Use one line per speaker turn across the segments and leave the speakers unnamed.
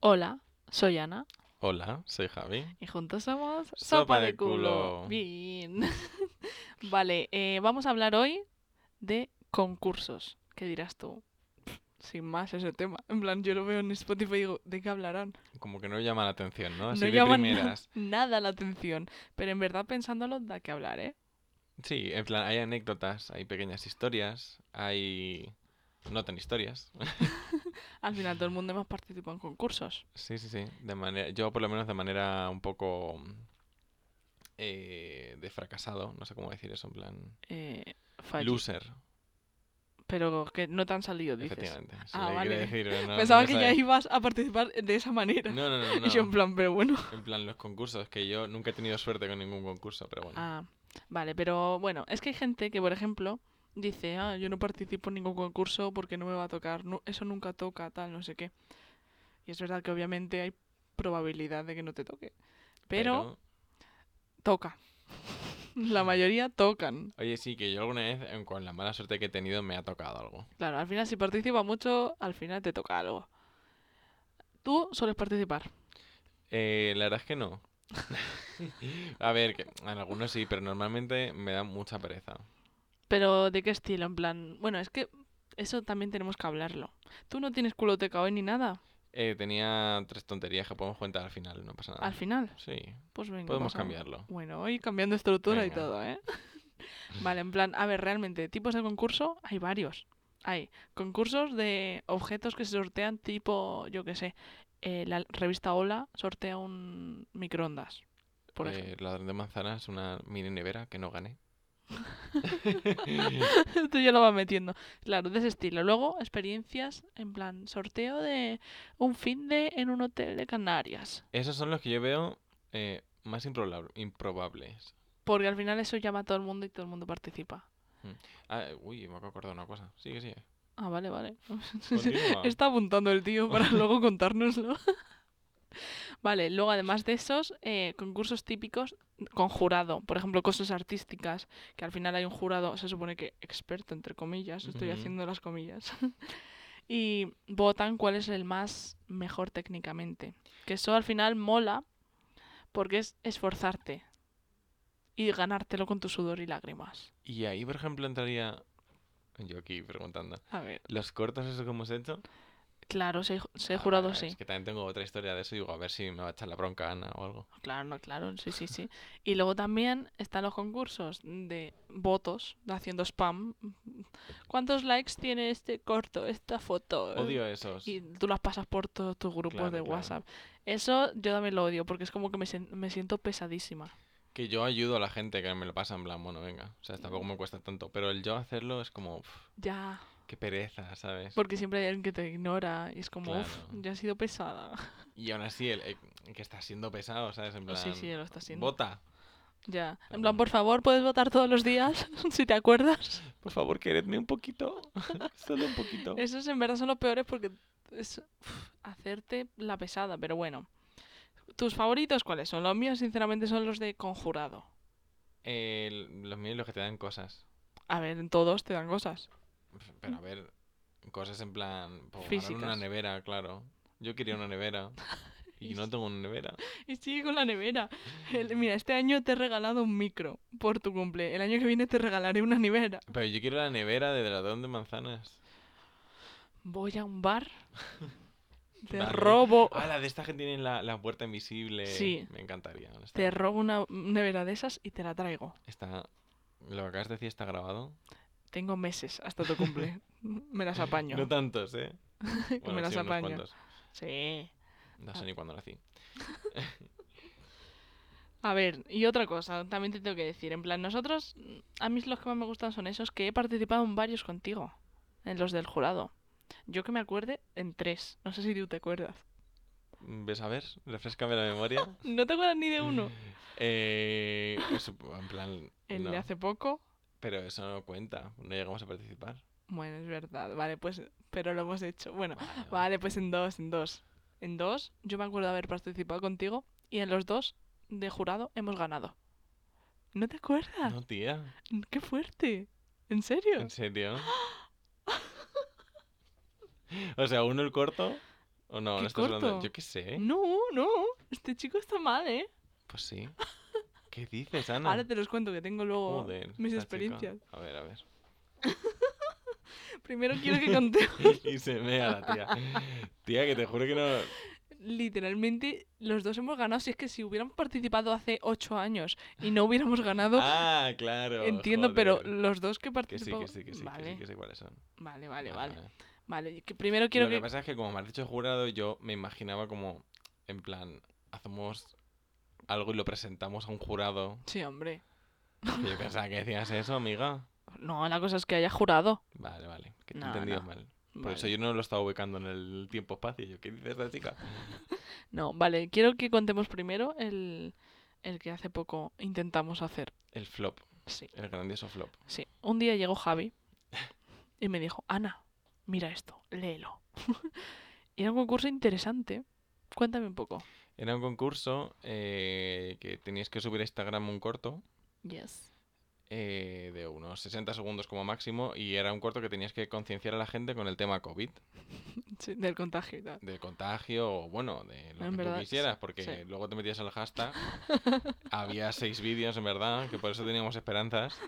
Hola, soy Ana
Hola, soy Javi.
y juntos somos
Sopa de culo.
Bien. vale, eh, vamos a hablar hoy de concursos. ¿Qué dirás tú? Sin más ese tema. En plan, yo lo veo en Spotify y digo, ¿de qué hablarán?
Como que no llama la atención, ¿no? Así
no
de
llaman na-
primeras.
nada la atención. Pero en verdad pensándolo da que hablar, ¿eh?
Sí, en plan, hay anécdotas, hay pequeñas historias, hay... No tan historias.
Al final todo el mundo hemos participado en concursos.
Sí, sí, sí. De manera... Yo por lo menos de manera un poco... eh, de fracasado, no sé cómo decir eso, en plan...
Eh, falli-
Loser,
Pero que no te han salido, dices.
efectivamente. Si
Ah,
lo que quiere
vale.
decir, pero no-
Pensaba
no
que ya
sabe.
ibas a participar de esa manera.
No, no, no,
Y yo en
no.
plan, pero bueno.
En plan, los concursos, que yo nunca he tenido suerte con ningún concurso, pero bueno.
Ah, vale, pero bueno, es que hay gente que, por ejemplo, dice, ah, yo no participo en ningún concurso porque no me va a tocar, no, eso nunca toca, tal, no sé qué. Y es verdad que obviamente hay probabilidad de que no te toque, pero, toca. La mayoría tocan.
Oye, sí, que yo alguna vez, eh, con la mala suerte que he tenido, me ha tocado algo.
Claro, al final si participa mucho, al final te toca algo. Tú sueles participar.
Eh, la verdad es que no. A ver, que en algunos sí, pero normalmente me da mucha pereza.
Pero ¿de qué estilo? En plan, bueno, es que eso también tenemos que hablarlo. Tú no tienes culoteca hoy ni nada,
Eh, tenía tres tonterías que podemos contar al final, no pasa nada.
al final.
Sí,
Pues venga,
Ah. podemos
pasamos.
cambiarlo.
Bueno, hoy cambiando estructura y
Venga.
todo, ¿eh? vale, en plan, a ver, realmente, tipos de concurso hay varios. Hay concursos de objetos que se sortean tipo, yo qué sé, eh, la revista Hola sortea un microondas, por
Eh,
ejemplo.
Ladrón de manzanas, una mini nevera que no gané.
Esto ya lo va metiendo. Claro, de ese estilo. Luego, experiencias en plan, sorteo de un fin de en un hotel de Canarias.
Esos son los que yo veo eh, más improbab- improbables.
Porque al final eso llama a todo el mundo y todo el mundo participa.
Ah, uy, me acabo de acordar una cosa. Sigue, sigue.
Ah, vale, vale.
Continúa.
Está apuntando el tío para luego contárnoslo. Vale, luego además de esos, eh, concursos típicos con jurado, por ejemplo, cosas artísticas, que al final hay un jurado, se supone que experto, entre comillas, estoy
Ujú.
haciendo las comillas, y votan cuál es el más mejor técnicamente. Que eso al final mola porque es esforzarte y ganártelo con tu sudor y lágrimas.
Y ahí, por ejemplo, entraría... Yo aquí preguntando.
A ver,
¿Los cortos esos que hemos hecho?
claro, se
Ah,
jurado
es
sí.
que también tengo otra historia de eso y digo, a ver si me va a echar la bronca Ana o algo.
Claro, no, claro, sí, sí, sí. Y luego también están los concursos de votos, de haciendo spam. ¿Cuántos likes tiene este corto, esta foto?
Odio esos.
Y tú las pasas por todos tus grupos
Oh, Claro,
de
claro.
WhatsApp. Eso yo también lo odio, porque es como que me, sien- me siento pesadísima.
Que yo ayudo a la gente que me lo pasa en plan, bueno, venga. O sea, tampoco me cuesta tanto. Pero el yo hacerlo es como, uf,
Ya,
qué pereza, ¿sabes?
porque siempre hay alguien que te ignora y es como, uff,
Claro.
ya he sido pesada.
Y aún así, el, eh, que está siendo pesado, ¿sabes? En plan,
sí, sí, lo está haciendo.
vota.
Ya. En
Pero
plan,
bueno.
por favor, puedes votar todos los días, si te acuerdas.
Por favor, queredme un poquito. Solo un poquito.
Esos en verdad son los peores porque es uf, hacerte la pesada, pero bueno. ¿Tus favoritos cuáles son? Los míos, sinceramente, son los de conjurado.
Eh, los míos los que te dan cosas.
A ver, en todos te dan cosas.
Pero a ver, cosas en plan, po, ahora una
Físicas.
nevera, claro. Yo quería una nevera. Y no tengo una nevera.
Y sigue con la nevera. El- mira, este año te he regalado un micro por tu cumple. El año que viene te regalaré una nevera.
Pero yo quiero la nevera de ladrón de manzanas.
Voy a un bar. Te
Vale.
robo.
Ah, la de esta que tiene la, la puerta invisible.
Sí.
Me encantaría. honestamente.
Te robo una nevera de esas y te la traigo.
Está... Lo que acabas de decir está grabado.
Tengo meses hasta tu cumple. Me las apaño.
No tantos, ¿eh? Bueno,
me las
sí, unos
apaño. Ah.
cuantos.
Sí.
No sé ni cuándo nací.
A ver, y otra cosa, también te tengo que decir, en plan, nosotros, mm, a mí los que más me gustan son esos que he participado en varios contigo, en los del jurado. Yo que me acuerde, en tres, no sé si tú te acuerdas.
¿Ves a ver? Refrescame la memoria.
No te acuerdas ni de uno.
Eh, sup- en plan...
El de
no.
hace poco,
Pero eso no cuenta. No llegamos a participar.
bueno, es verdad, vale, pues, pero lo hemos hecho. Bueno,
Vale, vale.
vale, pues en dos, en dos. En dos, yo me acuerdo de haber participado contigo y en los dos de jurado hemos ganado. ¿No te acuerdas?
No, tía.
¡Qué fuerte! ¿En serio?
¿En serio? O sea, uno el corto, ¿O no?
Qué
¿No estás hablando?
corto.
Yo qué sé.
No, no, este chico está mal, ¿eh?
Pues sí. ¿Qué dices, Ana?
Ahora te los cuento que tengo luego
Joder,
mis
esta chica.
experiencias.
A ver, a ver.
Primero quiero que conté
y se mea la tía. Tía, que te juro que no.
literalmente los dos hemos ganado. Si es que si hubiéramos participado hace ocho años y no hubiéramos ganado,
Ah, claro.
entiendo, pero
joder.
los dos que
Que sí, que
participamos.
sí, que sí, que
vale,
sí, que sé cuáles son.
vale, vale,
Ah,
vale,
ah.
vale. y Que primero quiero
Lo
que.
que pasa es que como me has dicho jurado, yo me imaginaba como, en plan, hacemos algo y lo presentamos a un jurado.
Sí, hombre.
Y yo pensaba que decías eso, amiga.
No, la cosa es que haya jurado.
Vale, vale, que te
No,
he entendido
no,
mal. Por
Vale.
eso yo no lo estaba ubicando en el tiempo-espacio. Yo, ¿qué dice esta chica?
No, vale, quiero que contemos primero el, el que hace poco intentamos hacer.
El flop,
Sí,
el grandioso flop.
sí. Un día llegó Javi y me dijo, Ana, mira esto, léelo. y era un concurso interesante. Cuéntame un poco.
Era un concurso eh, que tenías que subir a Instagram un corto
Yes.
eh, de unos 60 segundos como máximo y era un corto que tenías que concienciar a la gente con el tema COVID.
Sí, del contagio y tal.
de contagio o bueno, de lo
Ah, En
que
verdad,
tú
sí,
quisieras, porque
sí.
luego te metías al hashtag. había seis vídeos, en verdad, que por eso teníamos esperanzas.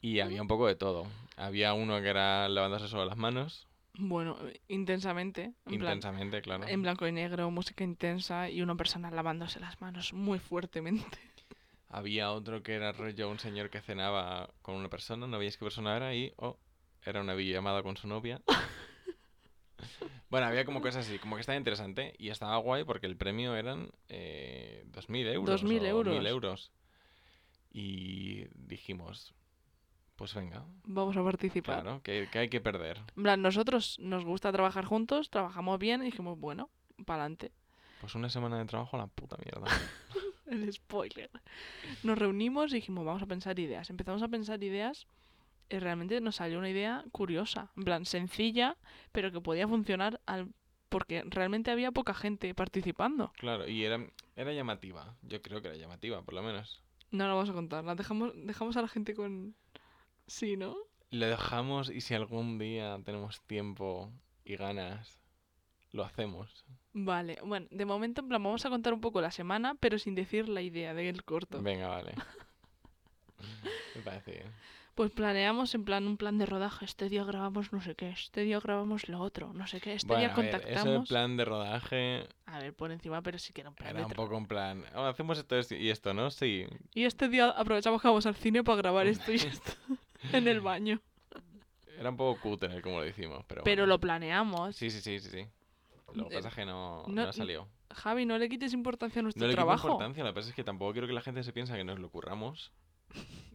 Y había un poco de todo. Había uno que era levantarse sobre las manos,
Bueno, intensamente. En, plan-
intensamente, claro.
en blanco y negro, música intensa y una persona lavándose las manos muy fuertemente.
Había otro que era rollo un señor que cenaba con una persona, no veías qué persona era y, oh, era una videollamada con su novia. bueno, había como cosas así, como que estaba interesante y estaba guay porque el premio eran eh, 2.000 euros.
2.000
o
euros.
1.000 euros. Y dijimos, pues venga,
Vamos a participar.
claro, que, que hay que perder.
En plan, nosotros nos gusta trabajar juntos, trabajamos bien y dijimos, bueno, para adelante.
Pues una semana de trabajo a la puta mierda.
El spoiler. Nos reunimos y dijimos, vamos a pensar ideas. Empezamos a pensar ideas y realmente nos salió una idea curiosa. En plan, sencilla, pero que podía funcionar al... porque realmente había poca gente participando.
claro, y era, era llamativa, yo creo que era llamativa, por lo menos.
No la vamos a contar, la dejamos, dejamos a la gente con... Sí, ¿no?
Lo dejamos y si algún día tenemos tiempo y ganas, lo hacemos.
Vale, bueno, de momento en plan, vamos a contar un poco la semana, pero sin decir la idea del corto.
Venga, vale. Me parece bien.
Pues planeamos en plan un plan de rodaje. Este día grabamos no sé qué, este día grabamos lo otro, no sé qué, este
Bueno,
día
a ver, eso del
contactamos.
plan de rodaje
A ver, por encima, pero sí que era un plan
era
de
un
tra-
poco un plan. "Oh, hacemos esto esto y esto, ¿no? Sí.
Y este día aprovechamos que vamos al cine para grabar esto y esto en el baño.
Era un poco cutre como lo hicimos, pero.
Pero
bueno.
lo planeamos.
Sí, sí, sí, sí. sí. Lo que
Eh,
pasa es que no,
no-
no salió.
Javi, no le quites importancia a nuestro
No le quito
trabajo.
importancia, lo que pasa es que tampoco quiero que la gente se piense que nos lo curramos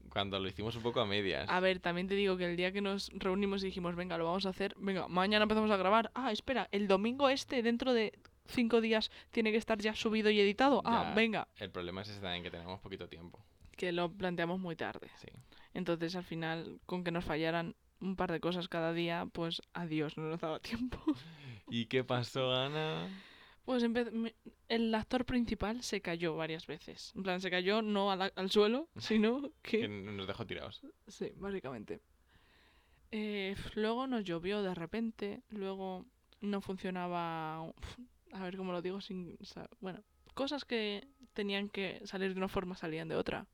cuando lo hicimos un poco a medias.
A ver, también te digo que el día que nos reunimos y dijimos, venga, lo vamos a hacer, venga, mañana empezamos a grabar. Ah, espera, el domingo este, dentro de cinco días, tiene que estar ya subido y editado. Ah,
Ya.
venga,
El problema es ese también que tenemos poquito tiempo.
que lo planteamos muy tarde.
Sí.
Entonces, al final, con que nos fallaran un par de cosas cada día, pues adiós, no nos daba tiempo.
¿Y qué pasó, Ana?
Pues empe- me- el actor principal se cayó varias veces. En plan, se cayó no a la- al suelo, sino
Que
que...
nos dejó tirados.
Sí, básicamente. Eh, luego nos llovió de repente, luego no funcionaba... A ver cómo lo digo sin... sa- Bueno, cosas que tenían que salir de una forma salían de otra.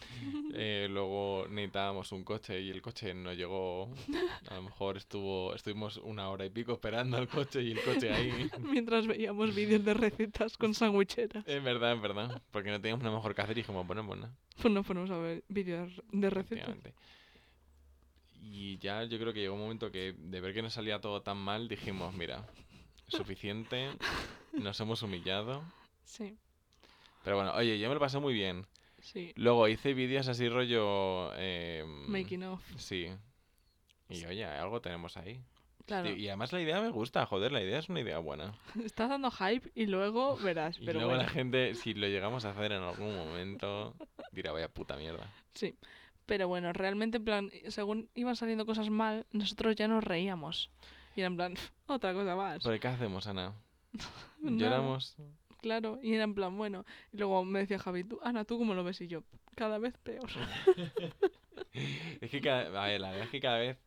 Eh, luego necesitábamos un coche y el coche no llegó. A lo mejor estuvo, estuvimos una hora y pico esperando al coche y el coche ahí.
Mientras veíamos vídeos de recetas con sandwicheras.
Es verdad, es verdad. Porque no teníamos nada mejor que hacer y dijimos, bueno, bueno,
Pues no ponemos a ver vídeos de recetas.
efectivamente. Y ya yo creo que llegó un momento que de ver que no salía todo tan mal, dijimos, mira, suficiente, nos hemos humillado.
Sí,
Pero bueno, oye, yo me lo pasé muy bien.
sí.
Luego hice vídeos así rollo... em,
Making of.
Sí. Y oye, algo tenemos ahí.
Claro,
Tío, Y además la idea me gusta, joder, la idea es una idea buena.
estás dando hype y luego verás.
Y
Pero
luego
bueno,
la gente, si lo llegamos a hacer en algún momento, dirá, vaya puta mierda.
sí. Pero bueno, realmente, en plan, eh, según iban saliendo cosas mal, nosotros ya nos reíamos. Y era en plan, otra cosa más.
¿Pero qué hacemos, Ana?
Nada,
¿Lloramos?
Claro, y era en plan, bueno. Y luego me decía Javi, tú, Ana, ¿tú cómo lo ves? Y yo, cada vez peor.
Es que cada, a ver, la verdad es que cada vez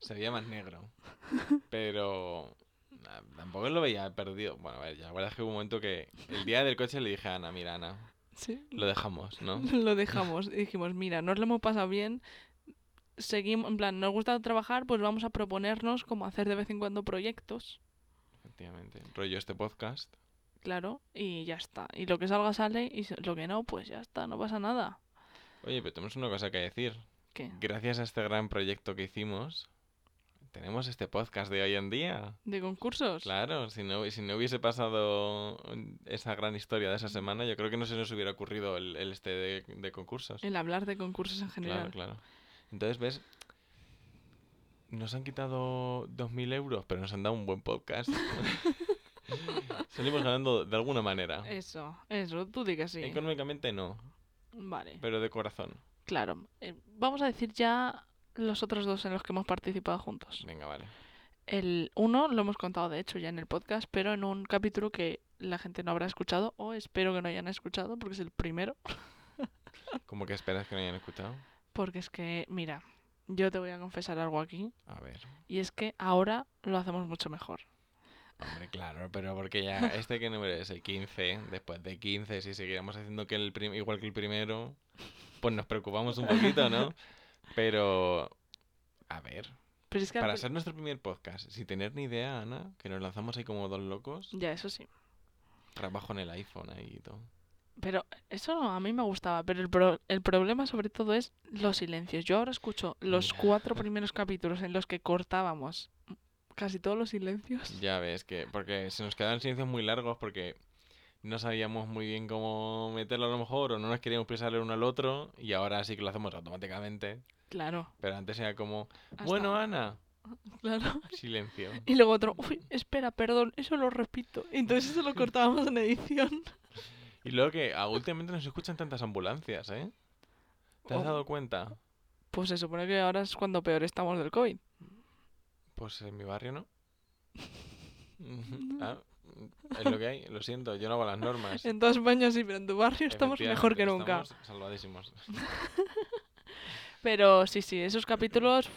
se veía más negro. Pero nah, tampoco lo veía perdido. Bueno, a ver, ya la verdad es que hubo un momento que el día del coche le dije a Ana, mira, Ana,
Sí.
lo dejamos, ¿no?
Lo dejamos y dijimos, mira, nos lo hemos pasado bien. Seguimos, en plan, nos gusta trabajar, pues vamos a proponernos como hacer de vez en cuando proyectos,
Efectivamente. Rollo este podcast.
claro, y ya está. Y lo que salga sale y s- lo que no, pues ya está, no pasa nada.
Oye, pero tenemos una cosa que decir.
¿Qué?
Gracias a este gran proyecto que hicimos, tenemos este podcast de hoy en día.
¿De concursos?
Claro, si no, si no hubiese pasado esa gran historia de esa semana, yo creo que no se nos hubiera ocurrido el, el este de, de concursos.
El hablar de concursos en
Claro,
general.
claro. Entonces, ¿ves? Nos han quitado 2.000 euros, pero nos han dado un buen podcast. Salimos ganando de alguna manera.
Eso, eso, tú digas Eh, sí.
Económicamente no,
Vale,
pero de corazón.
claro. Eh, vamos a decir ya los otros dos en los que hemos participado juntos.
Venga, vale.
El uno lo hemos contado de hecho ya en el podcast, pero en un capítulo que la gente no habrá escuchado, o espero que no hayan escuchado, porque es el primero.
¿Cómo que esperas que no hayan escuchado?
Porque es que, mira, yo te voy a confesar algo aquí,
A ver.
y es que ahora lo hacemos mucho mejor.
Hombre, claro, pero porque ya, ¿este qué número es? El 15. Después de 15, si siguiéramos haciendo que el prim- igual que el primero, pues nos preocupamos un poquito, ¿no? Pero, a ver,
Pero es que al
para
pri-
ser nuestro primer podcast, sin tener ni idea, Ana, que nos lanzamos ahí como dos locos,
Ya, eso sí.
trabajo en el iPhone ahí y todo.
Pero eso no, a mí me gustaba, pero el, pro- el problema sobre todo es los silencios. Yo ahora escucho los
Ya.
cuatro primeros capítulos en los que cortábamos casi todos los silencios.
Ya ves que, porque se nos quedaban silencios muy largos porque no sabíamos muy bien cómo meterlo a lo mejor o no nos queríamos pisar el uno al otro y ahora sí que lo hacemos automáticamente.
Claro.
Pero antes era como,
hasta-
bueno, ah. Ana,
claro.
silencio.
Y luego otro, uy, espera, perdón, eso lo repito. Entonces eso lo cortábamos en edición.
Y luego que ah, últimamente nos escuchan tantas ambulancias, ¿eh? ¿Te has
Oh.
dado cuenta?
Pues se supone que ahora es cuando peor estamos del COVID.
Pues en mi barrio no. Ujú. Ah, es lo que hay, lo siento, yo no hago las normas.
En dos baños sí, pero en tu barrio estamos mejor que
Efectivamente,
nunca.
Estamos salvadísimos.
Pero sí, sí, esos capítulos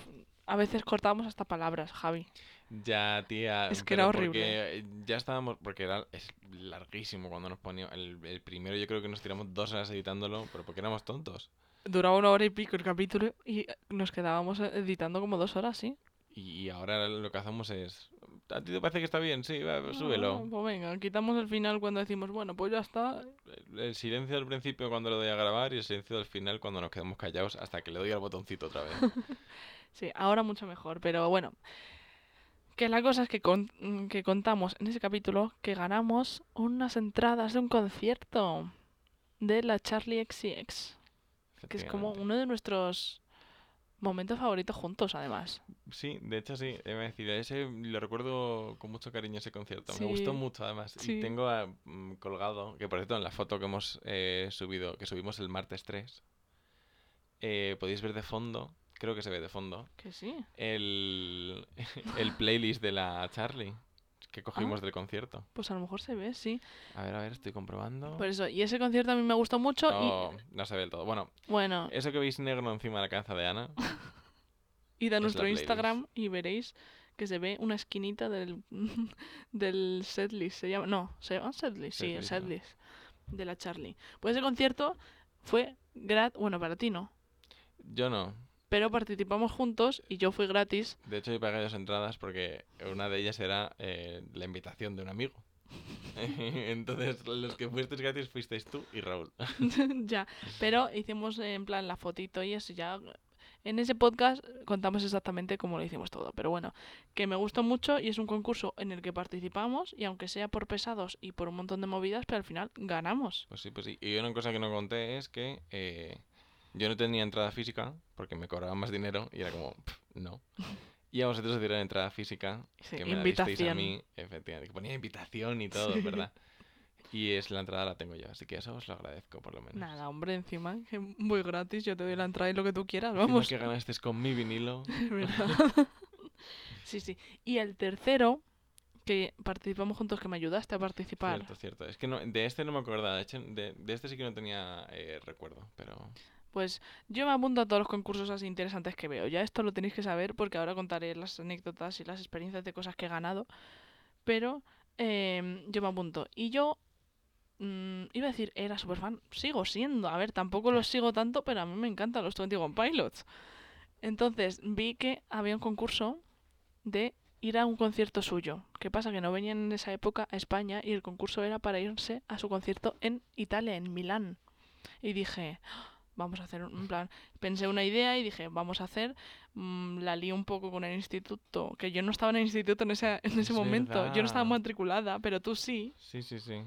a veces cortábamos hasta palabras, Javi.
Ya, tía.
Es que era
pero
horrible.
Porque ya estábamos. Porque era es larguísimo cuando nos poníamos. El, el primero, yo creo que nos tiramos dos horas editándolo, pero porque éramos tontos.
Duraba una hora y pico el capítulo y eh, nos quedábamos editando como dos horas, ¿sí?
Y ahora lo que hacemos es. ¿A ti te parece que está bien? Sí, va, pues súbelo.
Ah, pues venga, quitamos el final cuando decimos, bueno, pues ya está.
El- El silencio del principio cuando le doy a grabar y el silencio del final cuando nos quedamos callados hasta que le doy al botoncito otra vez.
Sí, ahora mucho mejor, pero bueno. Que la cosa es que, con- mm, que contamos en ese capítulo que ganamos unas entradas de un concierto de la Charlie XCX, que es como
Efectivamente.
uno de nuestros momentos favoritos juntos, además.
Sí, de hecho sí, iba a decir, ese lo recuerdo con mucho cariño ese concierto, me
Sí,
gustó mucho además.
sí.
Y tengo ah, mm, colgado, que por cierto en la foto que hemos eh, subido, que subimos el martes 3, eh, podéis ver de fondo, creo que se ve de fondo,
Que sí.
el, el playlist de la Charlie que cogimos del concierto.
Pues a lo mejor se ve, sí.
A ver, a ver, estoy comprobando.
Por eso, y ese concierto a mí me gustó mucho
No, no se ve del todo. Bueno,
y bueno,
eso que veis negro encima de la cabeza de Ana,
id a
es la
nuestro
playlist.
Instagram y veréis que se ve una esquinita del, del setlist, se llama, no, se llama setlist, sí, el
Setlist,
setlist de la Charlie. Pues ese concierto fue gratis, bueno, para ti no,
yo no.
pero participamos juntos y yo fui gratis,
De hecho, yo pagué dos entradas porque una de ellas era eh, la invitación de un amigo. Entonces, los que fuisteis gratis fuisteis tú y Raúl.
ya, pero hicimos eh, en plan la fotito y eso ya... En ese podcast contamos exactamente cómo lo hicimos todo, pero bueno, que me gustó mucho y es un concurso en el que participamos y aunque sea por pesados y por un montón de movidas, pero al final ganamos.
Pues sí, pues sí. Y una cosa que no conté es que eh, yo no tenía entrada física porque me cobraban más dinero y era como, "Pff, no. Y a vosotros os dieron entrada física
Sí,
que me la disteis a
invitación.
mí, efectivamente. Que ponía invitación y todo,
Sí.
¿verdad? Y es la entrada la tengo yo, así que eso os lo agradezco por lo menos.
Nada, hombre, encima, que voy gratis, yo te doy la entrada y lo que tú quieras,
Encima
vamos.
que ganasteis con mi vinilo.
Es verdad. sí, sí. Y el tercero, que participamos juntos, que me ayudaste a participar.
Cierto, cierto. Es que no, de este no me acordaba. De, hecho, de, de este sí que no tenía eh, recuerdo, pero
Pues yo me apunto a todos los concursos así interesantes que veo. Ya esto lo tenéis que saber porque ahora contaré las anécdotas y las experiencias de cosas que he ganado. pero em, yo me apunto. Y yo mm, iba a decir, era súper fan, sigo siendo. A ver, tampoco los sigo tanto, pero a mí me encantan los 21 Pilots. Entonces vi que había un concurso de ir a un concierto suyo. ¿Qué pasa? Que no venían en esa época a España y el concurso era para irse a su concierto en Italia, en Milán. Y dije, "Ah, vamos a hacer un un plan. Pensé una idea y dije, vamos a hacer. mm, la lié un poco con el instituto, que yo no estaba en el instituto en, esa- en ese
Es
momento. Yo no estaba
verdad.
matriculada, pero tú sí.
Sí, sí, sí.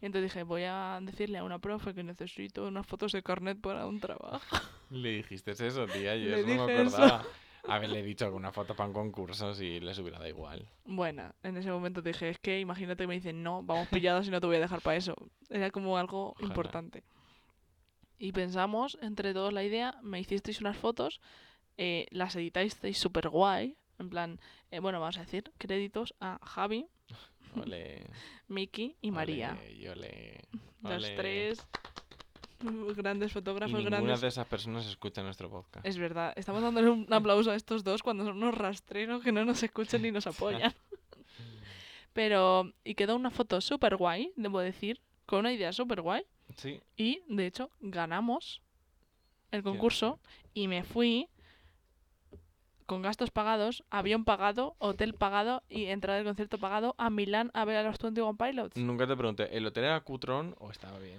Entonces dije, voy a decirle a una profe que necesito unas fotos de carnet para un trabajo.
Le dijiste eso, tía, yo
Le
eso no me
dije eso.
acordaba. Haberle dicho alguna foto para un concurso si les hubiera dado igual.
Bueno, en ese momento dije, es que imagínate que me dicen, no, vamos pillados y no te voy a dejar para eso. Era como algo
Ojalá.
importante. Y pensamos, entre todos, la idea, me hicisteis unas fotos, eh, las editasteis súper guay. En plan, eh, bueno, vamos a decir, créditos a Javi,
Ole.
Miki y María.
ole, y ole,
Las
ole.
tres grandes
Y
fotógrafos,
ninguna
grandes Eh.
de esas personas escucha nuestro podcast.
Es verdad, estamos dándole un aplauso a estos dos cuando son unos rastreros que no nos escuchan ni nos apoyan. Pero, y quedó una foto súper guay, debo decir, con una idea súper guay.
Sí.
Y, de hecho, ganamos el
Tía,
concurso y me fui con gastos pagados, avión pagado, hotel pagado y entrada del concierto pagado a Milán a ver a los 21 Pilots.
Nunca te pregunté, ¿el hotel era cutrón o estaba bien?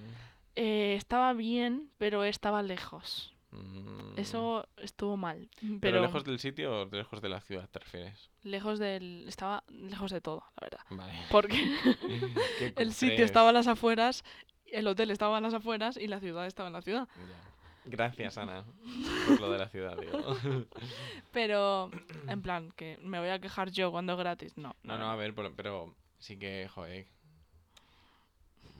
Eh, estaba bien, pero estaba lejos.
Mm.
Eso estuvo mal. Pero,
¿Pero lejos del sitio o lejos de la ciudad te refieres?
lejos del... Estaba lejos de todo, la verdad.
Vale.
Porque
Qué
el sitio
cutres.
estaba a las afueras, el hotel estaba a las afueras y la ciudad estaba en la ciudad.
Ya. Gracias, Ana, por lo de la ciudad, digo.
Pero, en plan, que me voy a quejar yo cuando es gratis. No,
No, no, a ver, pero, pero sí que, joder.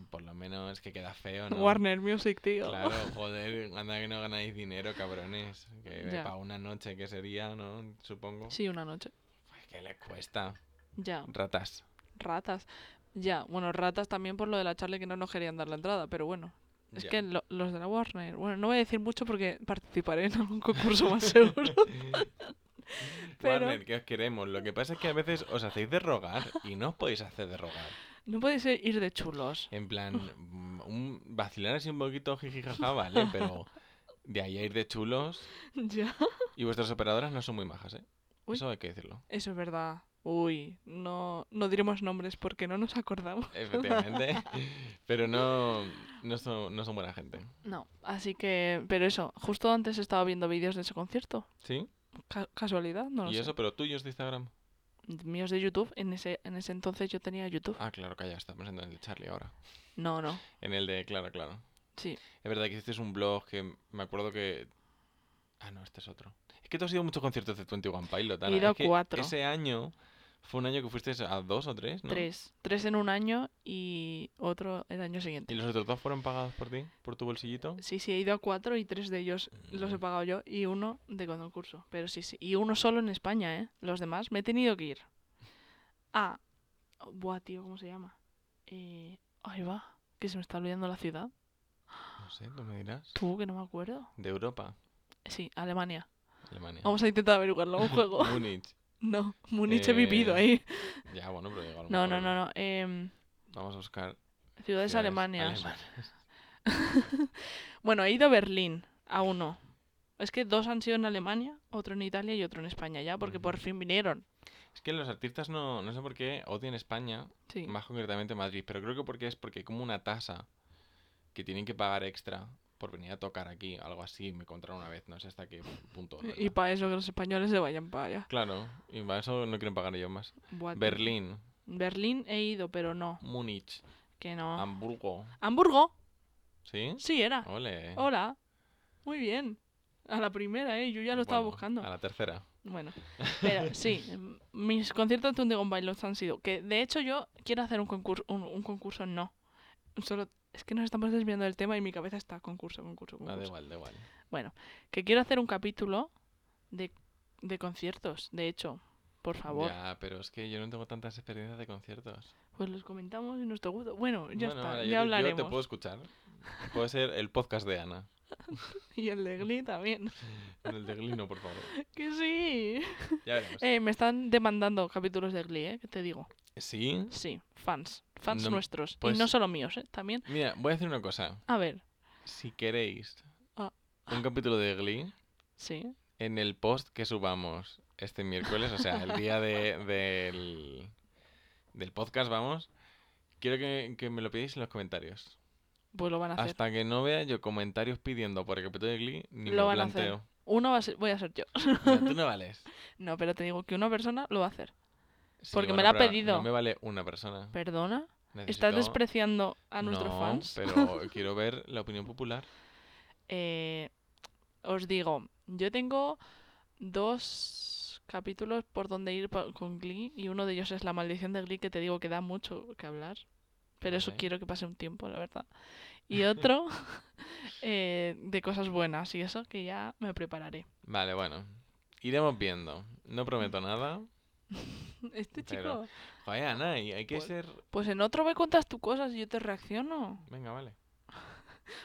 Por lo menos que queda feo, ¿no?
Warner Music, tío.
Claro, joder, anda que no ganáis dinero, cabrones. Que
Ya.
para una noche que sería, ¿no? Supongo.
Sí, una noche.
Pues que le cuesta.
Ya,
Ratas.
ratas. Ya, bueno, ratas también por lo de la charla que no nos querían dar la entrada, pero bueno. Es
Ya.
que lo- los de la Warner, bueno, no voy a decir mucho porque participaré en algún concurso más seguro. pero-
Warner, que os queremos. Lo que pasa es que a veces os hacéis de rogar y no os podéis hacer de rogar.
No podéis ir de chulos.
En plan, mm, un, vacilar así un poquito, jiji, jaja, vale, pero de ahí a ir de chulos.
Ya.
Y vuestras operadoras no son muy majas, ¿eh?
Uy.
Eso hay que decirlo.
Eso es verdad. Uy, no, no diremos nombres porque no nos acordamos.
Efectivamente. pero no, no, son, no son buena gente.
No, así que, pero eso, justo antes estaba viendo vídeos de ese concierto.
¿Sí?
Ca- casualidad, no lo
y
sé.
eso, pero tuyos de Instagram.
Míos de YouTube, en ese, en ese entonces yo tenía YouTube.
Ah, claro, que ya está pensando en el de Charlie ahora.
No, no,
En el de, claro, claro.
sí.
Es verdad que hiciste un blog que me acuerdo que. Ah, no, este es otro. Es que tú has ido a muchos conciertos de 21 Pilot. Ana.
He ido
Es
a
que
cuatro.
Ese año fue un año que fuiste a dos o tres, ¿no?
Tres. Tres en un año y otro el año siguiente.
¿Y los otros dos fueron pagados por ti? ¿Por tu bolsillito?
Sí, sí, he ido a cuatro y tres de ellos los he
Mm.
pagado yo y uno de concurso. Pero sí, sí. Y uno solo en España, ¿eh? Los demás me he tenido que ir. A. Buah, tío, ¿cómo se llama? Eh, Ahí va. Que se me está olvidando la ciudad.
No sé, tú me dirás.
Tú, que no me acuerdo.
De Europa,
Sí, Alemania.
Alemania.
Vamos a intentar averiguarlo. Un juego.
Múnich.
No, Múnich he vivido
Eh,
ahí.
Ya, bueno, pero digo, a lo
No, no,
mejor
no, no. em,
Vamos a buscar.
ciudades
ciudades
alemanas.
alemanas.
Bueno, he ido a Berlín, a uno. Es que dos han sido en Alemania, otro en Italia y otro en España ya, porque por
Ujú.
fin vinieron.
Es que los artistas no, no sé por qué odian España,
Sí.
más concretamente Madrid, pero creo que porque es porque hay como una tasa que tienen que pagar extra por venir a tocar aquí, algo así, me contaron una vez, no sé hasta qué punto. ¿verdad?
Y para eso que los españoles se vayan para allá.
Claro, y para eso no quieren pagar ellos más.
Buah, tío.
Berlín,
Berlín he ido, pero no,
Múnich,
que no.
Hamburgo,
Hamburgo,
¿sí?
Ah. sí Oh, era.
Ole.
Hola. Muy bien. A la primera, eh, yo ya lo estaba
Bueno,
buscando.
A la tercera.
Bueno, pero sí, m- mis conciertos de Tundigon Bailos han sido. Que de hecho yo quiero hacer un concurso, un, un concurso no. Solo, es que nos estamos desviando del tema y mi cabeza está concurso, concurso,
Ah, da
concurso.
igual, da igual.
Que quiero hacer un capítulo de, de conciertos, de hecho, por favor.
Ya, pero es que yo no tengo tantas experiencias de conciertos.
Pues los comentamos y nos te gusta. Bueno, ya
Bueno,
está,
ahora
ya
yo-
hablaremos.
Yo te puedo escuchar. Puede ser el podcast de Ana.
Y el de Glee también.
El de Glee no, por favor.
que sí.
Ya veremos.
Eh, me están demandando capítulos de Glee, eh, que te digo.
Sí.
Sí, fans. Fans
No,
nuestros.
pues-
Y no solo míos, ¿eh? También.
Mira, voy a hacer una cosa.
A ver,
Si queréis
Ah.
un capítulo de Glee
sí.
en el post que subamos este miércoles, o sea, el día de- del, del podcast, vamos, quiero que, que me lo pidáis en los comentarios.
Pues lo van a hacer.
Hasta que no vea yo comentarios pidiendo por el capítulo de Glee, ni me
Lo
lo
van a hacer.
planteo.
Uno va a ser, voy a ser yo.
Mira, tú no vales.
No, pero te digo que una persona lo va a hacer.
Sí,
Porque me
bueno,
la ha
pero
pedido.
No me vale una persona.
¿Perdona?
Necesito-
¿Estás despreciando a nuestros
No,
fans?
pero quiero ver la opinión popular.
Eh, os digo, yo tengo dos capítulos por donde ir pa- con Glee y uno de ellos es La maldición de Glee, que te digo que da mucho que hablar, pero eso
Vale.
quiero que pase un tiempo, la verdad. Y otro eh, de cosas buenas y eso que ya me prepararé.
Vale, bueno. Iremos viendo. No
Mm.
prometo nada.
Este chico,
Pero- Joder, Ana, y hay que
Pues-
ser...
pues en otro me cuentas tus cosas y yo te reacciono.
Venga, vale.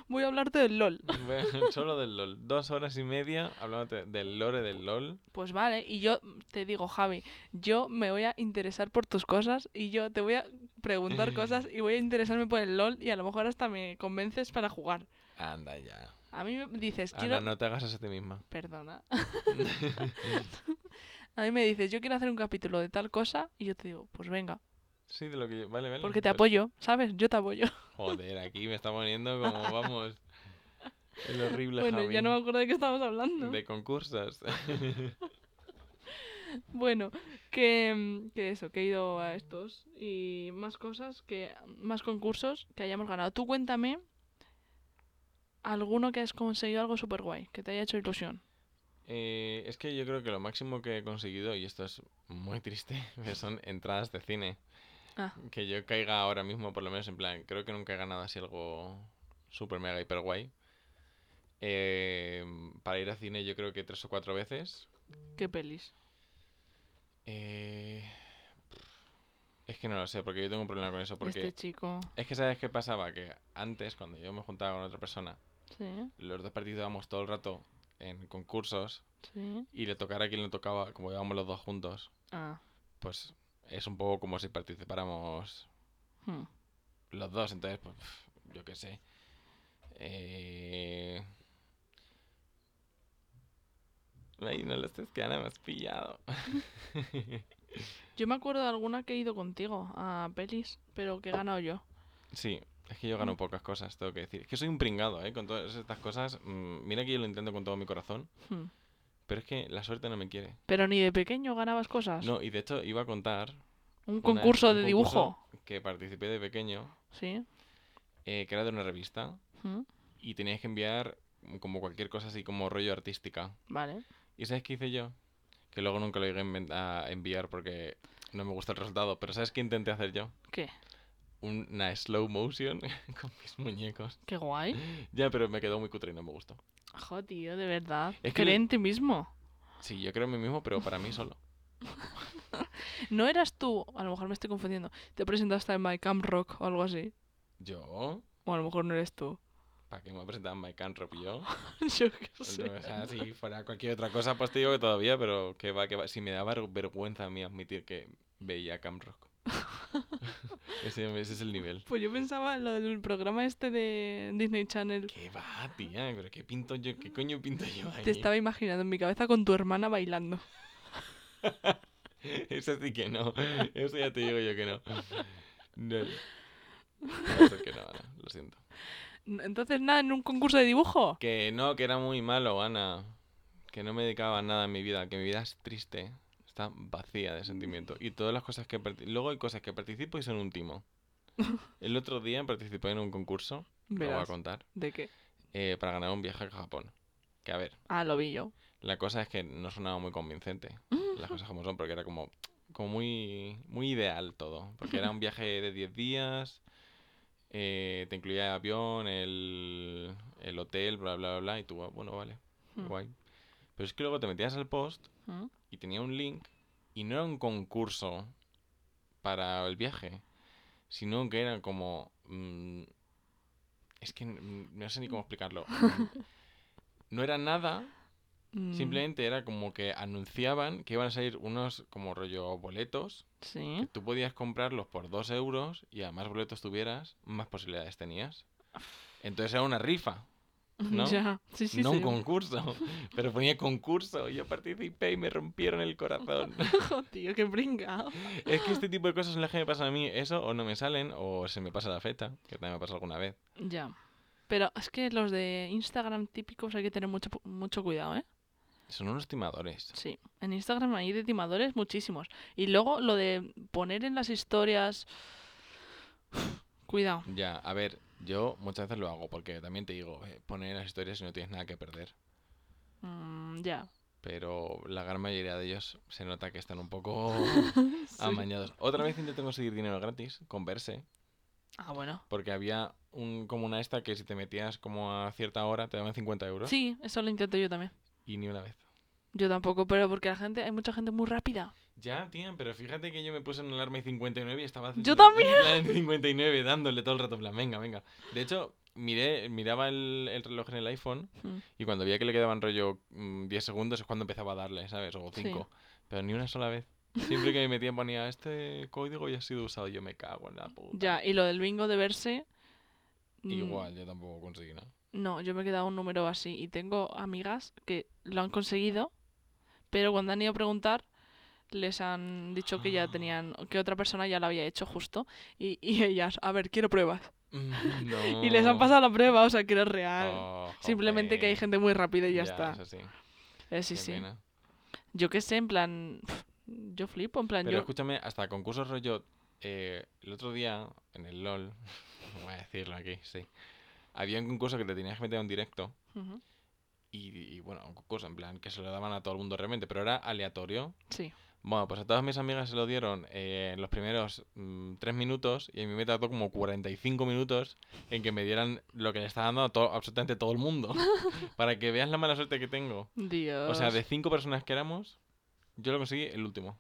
Voy a hablarte del LOL.
Ve- Solo del LOL. Dos horas y media hablándote del lore del LOL.
Pues vale, y yo te digo, Javi, yo me voy a interesar por tus cosas y yo te voy a preguntar cosas y voy a interesarme por el LOL y a lo mejor hasta me convences para jugar.
Anda ya.
A mí me dices,
Ana,
quiero...
Ah, no te hagas eso a ti misma.
Perdona. a mí me dices, yo quiero hacer un capítulo de tal cosa y yo te digo, pues venga,
Sí, de lo que yo... Vale, vale.
porque te
Pero-
apoyo, ¿sabes? Yo te apoyo.
Joder, aquí me está poniendo como, vamos... El horrible
bueno,
Javi.
ya no me acuerdo de qué estamos hablando.
De concursos.
Bueno, que, mm, que eso, que he ido a estos y más cosas, que más concursos que hayamos ganado. Tú cuéntame alguno que has conseguido algo súper guay, que te haya hecho ilusión.
Eh, es que yo creo que lo máximo que he conseguido, y esto es muy triste, que son entradas de cine.
Ah.
Que yo caiga ahora mismo, por lo menos en plan, creo que nunca he ganado así algo super mega hiper guay. Eh, para ir al cine yo creo que tres o cuatro veces.
¿Qué pelis?
Eh, es que no lo sé, porque yo tengo un problema con eso. Porque
Este chico.
es que sabes qué pasaba, que antes cuando yo me juntaba con otra persona,
Sí,
los dos participábamos todo el rato en concursos
sí.
y le tocara a quien le tocaba, como íbamos los dos juntos.
Ah.
pues es un poco como si participáramos
hmm.
los dos, entonces, pues, pf, yo qué sé. Eh... Ay, no lo estés que Ana me has pillado.
Yo me acuerdo de alguna que he ido contigo a pelis, pero que he ganado yo.
sí, es que yo gano pocas cosas, tengo que decir. Es que soy un pringado, ¿eh? Con todas estas cosas. mm, mira que yo lo intento con todo mi corazón,
Hmm.
pero es que la suerte no me quiere.
Pero ni de pequeño ganabas cosas.
No, y de hecho iba a contar
Un
una-
concurso
un
de dibujo.
que participé de pequeño,
Sí.
eh, que era de una revista.
hmm,
y tenías que enviar mm, como cualquier cosa así como rollo artística.
Vale.
¿Y sabes qué hice yo? Que luego nunca lo llegué a inven- a enviar porque no me gusta el resultado, pero ¿sabes qué intenté hacer yo?
¿Qué?
Una slow motion con mis muñecos.
Qué guay.
Ya, pero me quedó muy cutre y no me gustó.
Joder, tío, de verdad.
Es que
Cree
le-
en ti mismo.
Sí, yo creo en mí mismo, pero para mí solo.
¿No eras tú? A lo mejor me estoy confundiendo. Te presentaste en My Camp Rock o algo así.
¿Yo?
O a lo mejor no eres tú.
¿Para qué me presentaba Mike Cantrop y yo?
Yo qué sé.
O sea, si fuera cualquier otra cosa, pues te digo que todavía, pero que va, que va. Si me daba vergüenza a mí admitir que veía Camp Rock. ese, ese es el nivel.
Pues yo pensaba en lo del programa este de Disney Channel.
¿Qué va, tía? ¿Pero qué pinto yo? ¿Qué coño pinto yo ahí?
Te estaba imaginando en mi cabeza con tu hermana bailando.
Eso sí que no. Eso ya te digo yo que no. No. No, eso que no, Ana. Lo siento.
N- Entonces, nada, en un concurso de dibujo.
Que no, que era muy malo, Ana. Que no me dedicaba a nada en mi vida. Que mi vida es triste. Está vacía de sentimiento. Y todas las cosas que... parti- Luego hay cosas que participo y son un timo. El otro día participé en un concurso. Lo voy a
Verás.
contar.
¿De qué?
eh, para ganar un viaje a Japón. Que a ver,
Ah, lo vi yo.
la cosa es que no sonaba muy convincente. las cosas como son, porque era como, como muy, muy ideal todo. Porque era un viaje de 10 días, eh, te incluía el avión, el, el hotel, bla, bla, bla, bla, y tú, "Ah, bueno, vale,
Mm.
guay. Pero es que luego te metías al post
Mm.
y tenía un link y no era un concurso para el viaje, sino que era como... mm, es que mm, no sé ni cómo explicarlo. mm, No era nada,
Mm,
Simplemente era como que anunciaban que iban a salir unos como rollo boletos. que
Sí.
tú podías comprarlos por 2 euros y a más boletos tuvieras, más posibilidades tenías. Entonces era una rifa, ¿no?
Ya. Sí, sí,
no un
sí.
concurso. Pero ponía concurso y yo participé y me rompieron el corazón.
Jo, tío, qué pringado.
es que este tipo de cosas son las que me pasan a mí. Eso o no me salen o se me pasa la fecha, que también me pasa alguna vez.
Ya. Pero es que los de Instagram típicos hay que tener mucho, pu- mucho cuidado, ¿eh?
Son unos timadores.
Sí. En Instagram hay de timadores muchísimos. Y luego lo de poner en las historias... Cuidado.
Ya, a ver, yo muchas veces lo hago porque también te digo, eh, poner en las historias y no tienes nada que perder.
Mm, ya.
Pero la gran mayoría de ellos se nota que están un poco
Sí.
Ah, amañados. Otra vez intenté conseguir dinero gratis con Verse,
Ah, bueno.
porque había un, como una esta que si te metías como a cierta hora te daban 50 euros
Sí, eso lo intento yo también.
y ni una vez.
Yo tampoco, pero porque la gente, hay mucha gente muy rápida.
Ya, tía, pero fíjate que yo me puse en alarma y 59 y estaba haciendo
Yo también.
en plan 59 dándole todo el rato en plan, venga, venga. De hecho, miré, miraba el, el reloj en el iPhone
Mm.
y cuando veía que le quedaban rollo mm, 10 segundos es cuando empezaba a darle, ¿sabes? O
Sí.
5. Pero ni una sola vez. Siempre que me metía ponía, este código ya ha sido usado, yo me cago en la puta.
Ya, y lo del bingo de verse... mm,
Igual, yo tampoco conseguí nada.
No, yo me he quedado un número así y tengo amigas que lo han conseguido, pero cuando han ido a preguntar les han dicho que ya
Ah.
tenían, que otra persona ya lo había hecho justo y, y ellas, a ver, quiero pruebas.
No.
Y les han pasado la prueba, o sea, que era real.
Oh,
Simplemente que hay
jope.
gente muy rápida y ya, está.
eso sí,
Eh, sí,
qué
sí.
pena.
Yo qué sé, en plan, yo flipo, en plan,
Pero
yo...
escúchame, hasta concursos rollo. eh, el otro día, en el LOL, voy a decirlo aquí, sí. Había un concurso que te tenías que meter en directo.
Ujú,
Y, y, bueno, un concurso en plan que se lo daban a todo el mundo realmente, pero era aleatorio.
Sí,
Bueno, pues a todas mis amigas se lo dieron eh, en los primeros mm, tres minutos y a mí me tardó como 45 minutos en que me dieran lo que le está dando a to- absolutamente todo el mundo. para que veas la mala suerte que tengo.
Dios.
O sea, de cinco personas que éramos, yo lo conseguí el último.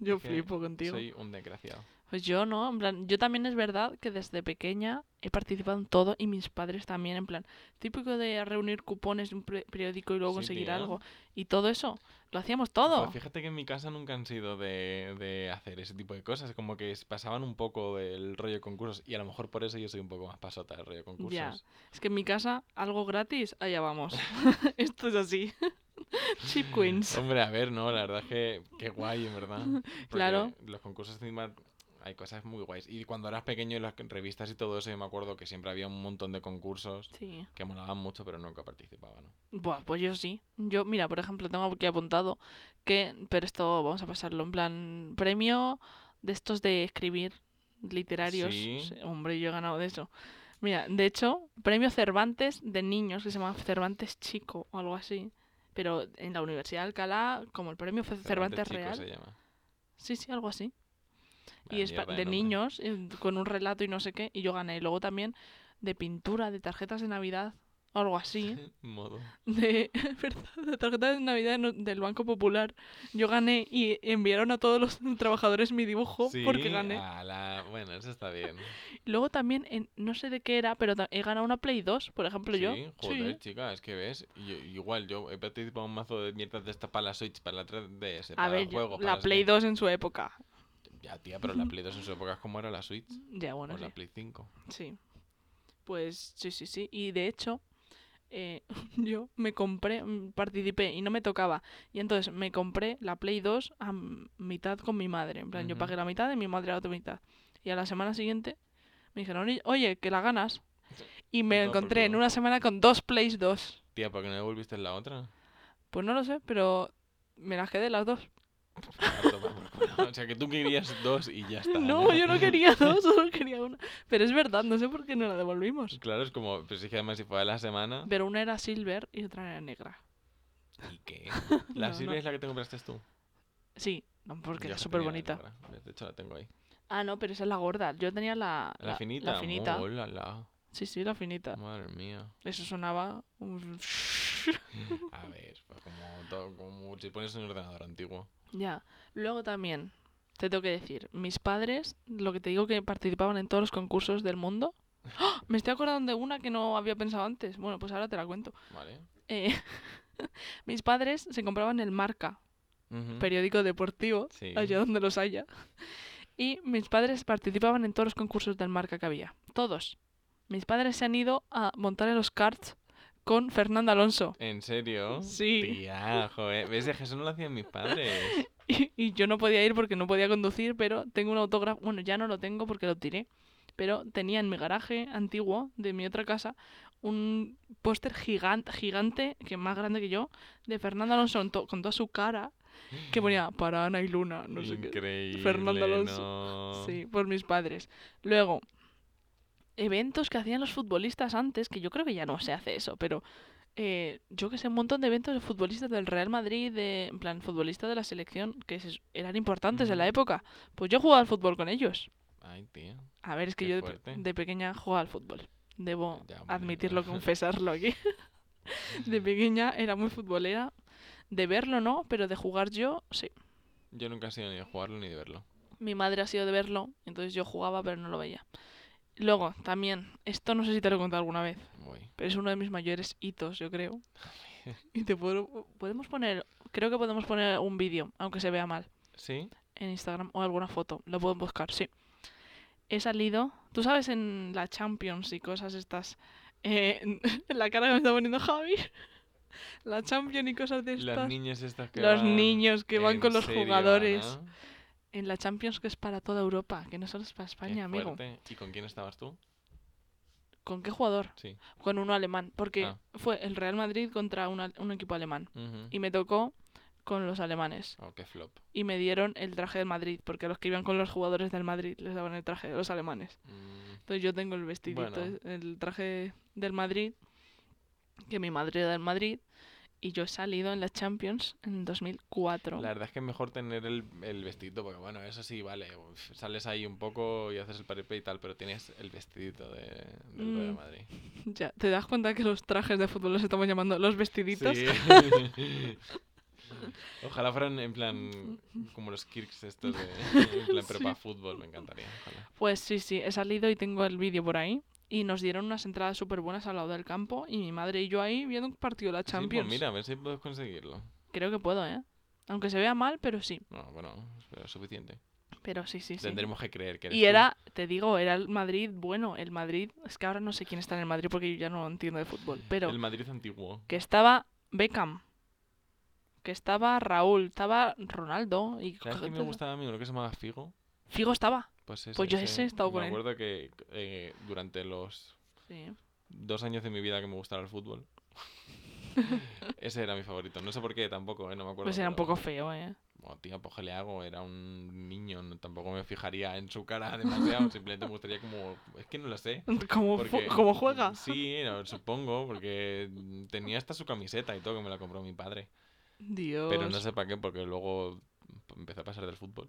Yo
que
flipo contigo.
Soy un desgraciado.
Pues yo no, en plan, yo también es verdad que desde pequeña he participado en todo y mis padres también, en plan, típico de reunir cupones de un pre- periódico y luego
Sí,
conseguir
tía.
algo. Y todo eso, lo hacíamos
Pues
todo.
fíjate que en mi casa nunca han sido de, de hacer ese tipo de cosas, como que s- pasaban un poco del rollo de concursos y a lo mejor por eso yo soy un poco más pasota del rollo de concursos.
Es que en mi casa, algo gratis, allá vamos. Esto es así. Chip Queens.
Hombre, a ver, no, la verdad es que qué guay, en verdad. porque
Claro.
Los concursos encima hay cosas muy guays. Y cuando eras pequeño en las revistas y todo eso, yo me acuerdo que siempre había un montón de concursos
Sí.
que molaban mucho, pero nunca participaba, ¿no?
Buah, pues yo sí. Yo, mira, por ejemplo, tengo aquí apuntado que, pero esto vamos a pasarlo en plan premio de estos de escribir literarios.
Sí.
Sí, Hombre, yo he ganado de eso. Mira, de hecho, premio Cervantes de niños, que se llama Cervantes Chico o algo así. Pero en la Universidad de Alcalá, como el premio fue Cervantes,
Chico Ah,
Real.
se llama.
Sí, sí, algo así.
Vaya
y es pa-
mierda
de
nombre.
niños, eh, con un relato y no sé qué. Y yo gané. Y luego también de pintura, de tarjetas de Navidad, o algo así ¿eh?
Modo.
de, ¿verdad? de tarjeta de Navidad no- del Banco Popular. Yo gané y enviaron a todos los trabajadores mi dibujo porque
Sí, ah.
gané.
ala, Bueno, eso está bien.
Luego también, en, no sé de qué era, pero ta- he ganado una Play 2, por ejemplo, yo.
Sí, joder,
Sí.
chica, es que ves. y- igual, yo he participado en un mazo de mierdas de esta para la Switch, para la 3DS, para
A ver,
el juego.
yo-
para
la
las
Play
que-
2 en su época.
Ya, tía, pero la Play 2 en su época es como era la Switch.
Ya, bueno,
o
sí.
la Play 5.
Sí. Pues sí, sí, sí. Y de hecho, eh, yo me compré, mm, participé y no me tocaba. Y entonces me compré la Play 2 a m- mitad con mi madre. En plan, yo
Ujú.
pagué la mitad y mi madre la otra mitad. Y a la semana siguiente me dijeron, "Oye- oye, que la ganas. Y me
Toma por
encontré en
culo.
una semana con dos Plays 2.
Tía, ¿por qué no devolviste la otra?
Pues no lo sé, pero me las quedé las dos.
A tomar por culo. o sea, que tú querías dos y ya está.
No, yo no quería dos, solo quería una. Pero es verdad, no sé por qué no la devolvimos.
Pues Claro, es como, pero sí que además si fue a la semana.
Pero una era silver y otra era negra.
¿Y qué?
No,
La
no.
Silvia es la que te compraste tú.
Sí, no, porque
Yo
es
que
súper
tenía la
bonita.
negra. De hecho, la tengo ahí.
Ah, no, pero esa es la gorda. Yo tenía la,
La, finita.
La finita.
Mólala,
Sí, sí, la finita.
Madre mía.
Eso sonaba. un-
A ver, pues como, todo- como si pones un ordenador antiguo.
ya. Luego también, te tengo que decir, mis padres, lo que te digo que participaban en todos los concursos del mundo. ¡Ah! Me estoy acordando de una que no había pensado antes. Bueno, pues ahora te la cuento.
Vale.
eh, mis padres se compraban el Marca,
Ujú.
periódico deportivo,
Sí.
allá donde los haya. Y mis padres participaban en todos los concursos del Marca que había. Todos. Mis padres se han ido a montar en los karts con Fernando Alonso.
¿En serio?
Sí.
Tía, joder. ¿Ves? Eso no lo hacían mis padres.
Y, y yo no podía ir porque no podía conducir, pero tengo un autógrafo. Bueno, ya no lo tengo porque lo tiré. Pero tenía en mi garaje antiguo de mi otra casa un póster gigante, gigante, que más grande que yo, de Fernando Alonso en to- con toda su cara, que ponía para Ana y Luna, no
Mm.
sé qué.
Increíble.
Fernando Alonso.
¿no?
Sí, por mis padres. Luego, eventos que hacían los futbolistas antes, que yo creo que ya no se hace eso, pero eh, yo que sé, un montón de eventos de futbolistas del Real Madrid, de, en plan, futbolistas de la selección, que se- eran importantes en la
Ujú.
época. Pues yo jugaba al fútbol con ellos.
Ay, tía.
A ver, es que
Qué
yo de, pe-
fuerte.
de pequeña jugaba al fútbol. Debo
Ya, hombre,
admitirlo,
ya.
confesarlo aquí. de pequeña era muy futbolera. De verlo no, pero de jugar yo sí.
Yo nunca he sido ni de jugarlo ni de verlo.
mi madre ha sido de verlo, entonces yo jugaba pero no lo veía. Luego, también, esto no sé si te lo he contado alguna vez,
Voy.
pero es uno de mis mayores hitos, yo creo. Y te puedo, podemos poner, creo que podemos poner un vídeo, aunque se vea mal,
¿Sí?
en Instagram o alguna foto, lo pueden buscar, sí. He salido, tú sabes, en la Champions y cosas estas, eh, en la cara que me está poniendo Javi, la Champions y cosas de
Las
estas,
niñas estas que
los
van-
niños que van
¿En
con los
serio,
jugadores.
Ana?
En la Champions que es para toda Europa, que no solo es para
Qué
España, amigo.
fuerte. ¿Y con quién estabas tú?
¿Con qué jugador?
Sí.
Con uno alemán, porque
Ah. Mm.
fue el Real Madrid contra un, al- un equipo alemán.
Ujú.
Y me tocó con los alemanes.
Oh, qué flop.
Y me dieron el traje del Madrid, porque a los que iban con los jugadores del Madrid les daban el traje de los alemanes.
Mm,
Entonces yo tengo el vestidito,
Bueno.
el traje del Madrid, que mi madre era del Madrid. Y yo he salido en la Champions en 2004.
La verdad es que es mejor tener el, el vestidito, porque bueno, eso sí, vale, uf, sales ahí un poco y haces el paripé y tal, pero tienes el vestidito de, del Real
Mm.
Madrid.
Ya, ¿te das cuenta que los trajes de fútbol los estamos llamando los vestiditos?
Sí. Ojalá fueran en plan como los Kirks estos de en plan
Sí.
prepa fútbol, me encantaría. Ojalá.
Pues sí, sí, he salido y tengo el vídeo por ahí. Y nos dieron unas entradas súper buenas al lado del campo. Y mi madre y yo ahí viendo un partido de la
Sí, pues
Champions.
mira, a ver si puedes conseguirlo.
Creo que puedo, ¿eh? Aunque se vea mal, pero sí.
No, bueno, pero es suficiente.
Pero sí, sí, sí.
Tendremos que creer que eres
Y
tú.
era, te digo, era el Madrid, bueno, el Madrid. Es que ahora no sé quién está en el Madrid porque yo ya no entiendo de fútbol. Pero
el Madrid antiguo.
que estaba Beckham. Que estaba Raúl, estaba Ronaldo y
¿Sabes quién me
gente-
gustaba a mí? Uno que se llamaba Figo.
Figo estaba.
Pues, ese,
Pues yo ese he estado
me
con él.
acuerdo que eh, durante los
Sí.
dos años de mi vida que me gustaba el fútbol, ese era mi favorito. No sé por qué tampoco, eh, no me acuerdo.
Pues era un
pero-
poco feo, ¿eh?
Oh, tío, pues ¿qué le hago? Era un niño, no- tampoco me fijaría en su cara demasiado, simplemente me gustaría como... Es que no lo sé.
¿Cómo, fu-
Porque,
cómo juega?
Sí, no, supongo, porque mm, tenía hasta su camiseta y todo que me la compró mi padre.
Dios.
Pero no sé para qué, porque luego p- empecé a pasar del fútbol.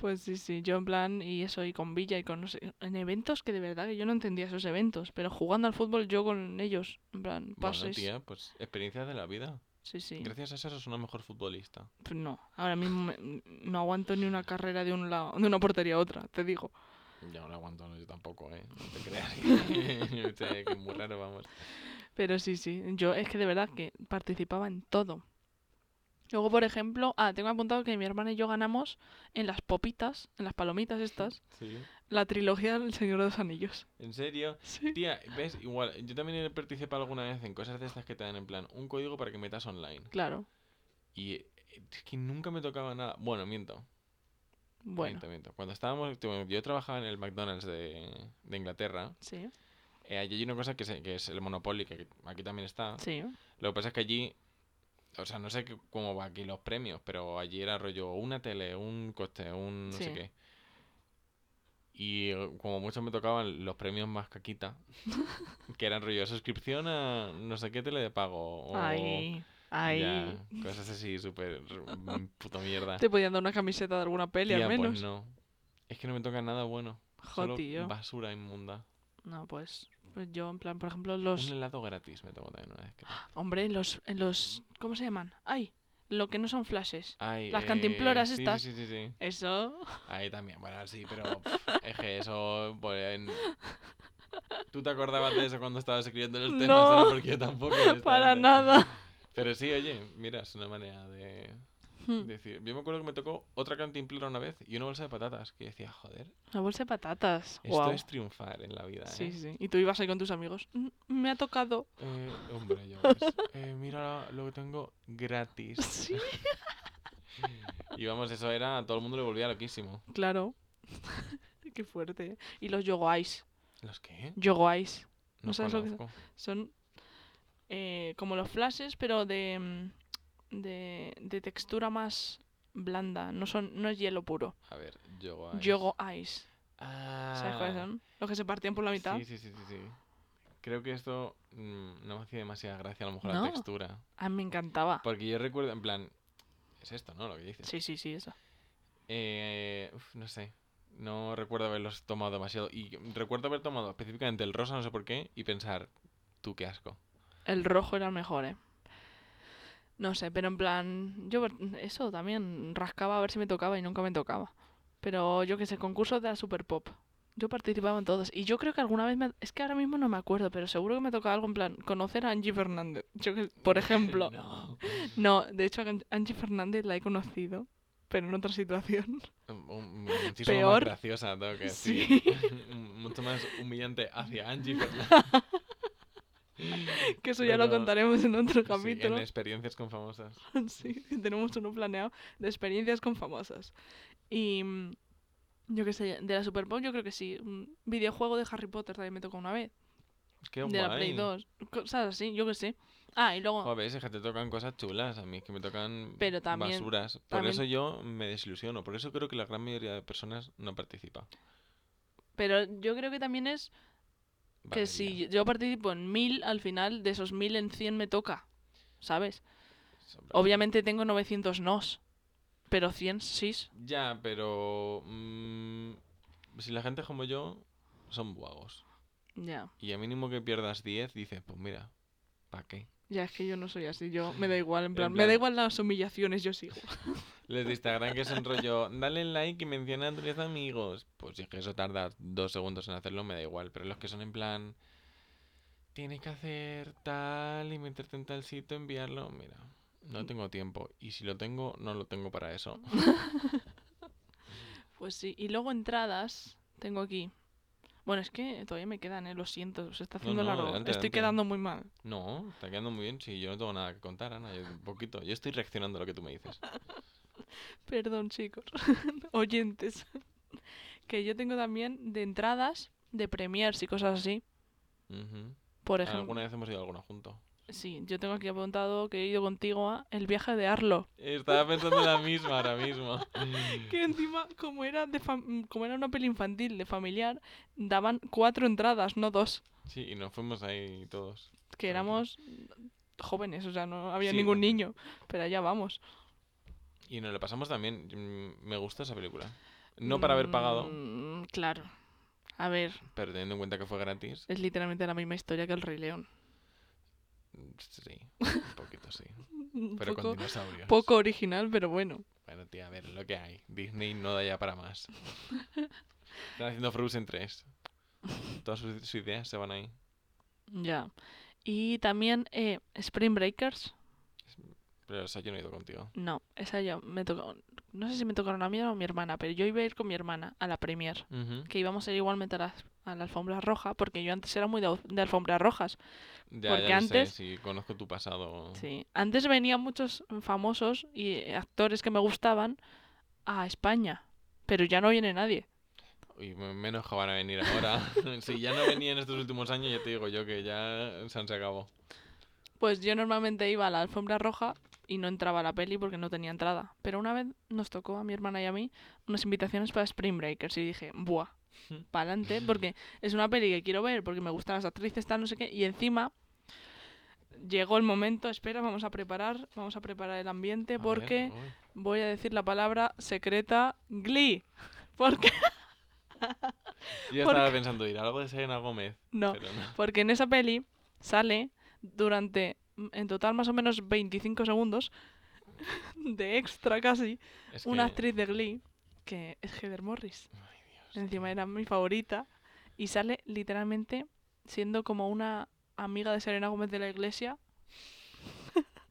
Pues sí, sí, yo en plan, y eso, y con Villa y con no sé, en eventos que de verdad que yo no entendía esos eventos, pero jugando al fútbol yo con ellos, en plan, pases.
Bueno, tía, pues experiencias de la vida.
sí, sí.
Gracias a eso eres una mejor futbolista.
Pues no, ahora mismo me- no aguanto ni una carrera de un lado, de una portería a otra, te digo.
Yo no lo aguanto, no, yo tampoco, ¿eh? No te creas. que- o sea, que es muy raro, vamos.
Pero sí, sí, yo es que de verdad que participaba en todo. Luego, por ejemplo, ah, tengo apuntado que mi hermana y yo ganamos en las popitas, en las palomitas estas,
Sí.
la trilogía del Señor de los Anillos.
¿En serio?
Sí.
Tía, ves, igual, yo también he participado alguna vez en cosas de estas que te dan en plan un código para que metas online.
Claro.
Y eh, es que nunca me tocaba nada. Bueno, miento.
Bueno,
Miento, miento. Cuando estábamos, tipo, yo trabajaba en el McDonald's de, de Inglaterra.
sí,
eh, allí hay una cosa que, se- que es el Monopoly, que aquí también está.
sí.
Lo que pasa es que allí, o sea, no sé qué- cómo va aquí los premios, pero allí era rollo una tele, un coste, un no
Sí.
sé qué. Y eh, como mucho me tocaban los premios más caquita, que eran rollo suscripción a no sé qué tele de pago. O
Ay, ay.
ya, cosas así, súper mm, puto mierda.
Te podían dar una camiseta de alguna peli
Tía,
al
pues
menos.
no. Es que no me toca nada bueno.
Jo,
Solo
tío.
basura inmunda.
No, pues, pues yo en plan, por ejemplo, los
Un helado gratis me tocó también una vez. creo.
hombre, los en los ¿cómo se llaman? Ay, lo que no son flashes.
Ay, eh,
Las cantimploras
sí, sí,
estas.
sí, sí, sí.
Eso
Ahí también, bueno, sí, pero pf, es que eso, pues, en- ¿Tú te acordabas de eso cuando estabas escribiendo los temas?
No,
Ana? porque yo tampoco. honestamente.
Para nada.
Pero sí, oye, mira, es una manera de
Hmm.
decir. Yo me acuerdo que me tocó otra cantimplora una vez y una bolsa de patatas. Que decía, joder,
Una bolsa de patatas.
esto
Guau.
es triunfar en la vida. ¿eh?
Sí, sí. Y tú ibas ahí con tus amigos. "Mm, Me ha tocado.
Eh, hombre, ya ves. Eh, mira lo que tengo gratis.
Sí.
Y vamos, eso era, a todo el mundo le volvía loquísimo.
Claro. Qué fuerte. ¿eh? Y los yogo ice.
¿Los qué?
Yogo ice.
No,
No sabes lo que son.
conozco.
Son eh, como los flashes, pero de, mm, de, de textura más blanda. No, son, no es hielo puro.
A ver, Yogo Ice.
Yogo ice.
Ah.
¿Sabes cuáles son? Los que se partían por la mitad.
Sí, sí, sí, sí, sí. Creo que esto mm, no me hacía demasiada gracia a lo mejor
No.
la textura.
A mí Ah, me encantaba.
Porque yo recuerdo, en plan, es esto, ¿no? Lo que dices.
Sí, sí, sí, esa.
Eh, uf, no sé. No recuerdo haberlos tomado demasiado. Y recuerdo haber tomado específicamente el rosa, no sé por qué, y pensar, tú qué asco.
El rojo era el mejor, ¿eh? No sé, pero en plan, yo ver- eso también rascaba a ver si me tocaba y nunca me tocaba. Pero yo qué sé, concursos de la Super Pop. Yo participaba en todos. Y yo creo que alguna vez me... Es que ahora mismo no me acuerdo, pero seguro que me tocaba algo en plan conocer a Angie Fernández. Yo que- por ejemplo.
No.
No, de hecho a Gan- Angie Fernández la he conocido, pero en otra situación.
Un- un- Muchísimo más
Peor.
graciosa, tengo que decir.
Sí,
Mucho más humillante hacia Angie Fernández.
que eso ya lo
Pero-
contaremos en otro
Sí, en
capítulo.
experiencias con famosas.
Sí, tenemos uno planeado de experiencias con famosas. Y mm, yo qué sé, de la Super Bowl yo creo que sí. Un videojuego de Harry Potter también me tocó una vez.
Qué
de la Play
guay.
2. Cosas así, yo qué sé. Ah, y luego...
Joder, es que te tocan cosas chulas, a mí es que me tocan
Pero también-
basuras. Por
también-
eso yo me desilusiono, por eso creo que la gran mayoría de personas no participa.
Pero yo creo que también es que
Vale,
si yo-
bien.
yo participo en mil, al final de esos mil en 100 me toca. ¿Sabes?
Sobre-
Obviamente tengo 900 nos, pero 100 sí.
Ya, pero... mm, si la gente es como yo, son vagos.
Ya.
Y a mínimo que pierdas 10, dices, pues mira, ¿para qué?
Ya es que yo no soy así, yo me da igual, en
En
plan, me da
plan-
igual las humillaciones, yo sigo.
Les de Instagram que son rollo, dale like y menciona a tres amigos. Pues si es que eso tarda dos segundos en hacerlo, me da igual. Pero los que son en plan, tienes que hacer tal y meterte en tal sitio, enviarlo. Mira, no tengo tiempo. Y si lo tengo, no lo tengo para eso.
Pues sí, y luego entradas tengo aquí. Bueno, es que todavía me quedan, eh, lo siento, se está
No,
haciendo
no,
largo.
adelante,
Estoy
adelante.
quedando muy mal.
No, está quedando muy bien. Si yo no tengo nada que contar, Ana, yo un poquito. Yo estoy reaccionando a lo que tú me dices.
Perdón, chicos, oyentes. que yo tengo también de entradas de premiers y cosas así.
Ujú.
Por ejemplo,
Alguna vez hemos ido a alguna juntos.
sí, yo tengo aquí apuntado que he ido contigo a el viaje de Arlo.
Estaba pensando en la misma ahora mismo.
Que encima, como era, de fam- como era una peli infantil, de familiar, daban cuatro entradas, no dos.
Sí, y nos fuimos ahí todos.
que
Tranquila.
éramos jóvenes, o sea, no había
Sí,
ningún
bueno.
niño, pero allá vamos.
Y nos lo pasamos también. Mm, Me gusta esa película. No para haber pagado,
Mm, claro. A ver,
pero teniendo en cuenta que fue gratis,
es literalmente la misma historia que el Rey León.
mm, sí, un poquito sí.
Un
Pero con
poco,
dinosaurios.
poco original, pero bueno.
Bueno, tía, a ver, lo que hay. Disney no da ya para más. Están haciendo Frozen 3. Todas sus, sus ideas se van ahí.
Ya. Y también eh, Spring Breakers.
Pero eso yo no he ido contigo.
No, esa ya me tocó. No sé si me tocaron a mí o a mi hermana, pero yo iba a ir con mi hermana a la premier.
Ujú.
Que íbamos a ir igualmente a la, a la alfombra roja, porque yo antes era muy de, au- de alfombras rojas.
Ya,
Porque
ya lo sé,
antes-
sí, conozco tu pasado.
Sí, antes venían muchos famosos y eh, actores que me gustaban a España, pero ya no viene nadie.
Y me- menos que van a venir ahora. si ya no venían estos últimos años, ya te digo yo que ya se han se acabó.
Pues yo normalmente iba a la alfombra roja y no entraba a la peli porque no tenía entrada. Pero una vez nos tocó a mi hermana y a mí unas invitaciones para Spring Breakers y dije, buah, pa'lante, porque es una peli que quiero ver, porque me gustan las actrices, tal, no sé qué, y encima llegó el momento, espera, vamos a preparar, vamos a preparar el ambiente
A ver,
porque...
uy.
voy a decir la palabra secreta Glee. Porque
Yo
Porque-
estaba pensando ir a algo de Selena Gómez,
no,
pero no.
porque en esa peli sale durante mm, en total más o menos 25 segundos de extra casi
Es
una
que-
actriz de Glee que es Heather Morris.
Ay, Dios,
Encima
tío.
era mi favorita y sale literalmente siendo como una amiga de Serena Gómez de la Iglesia.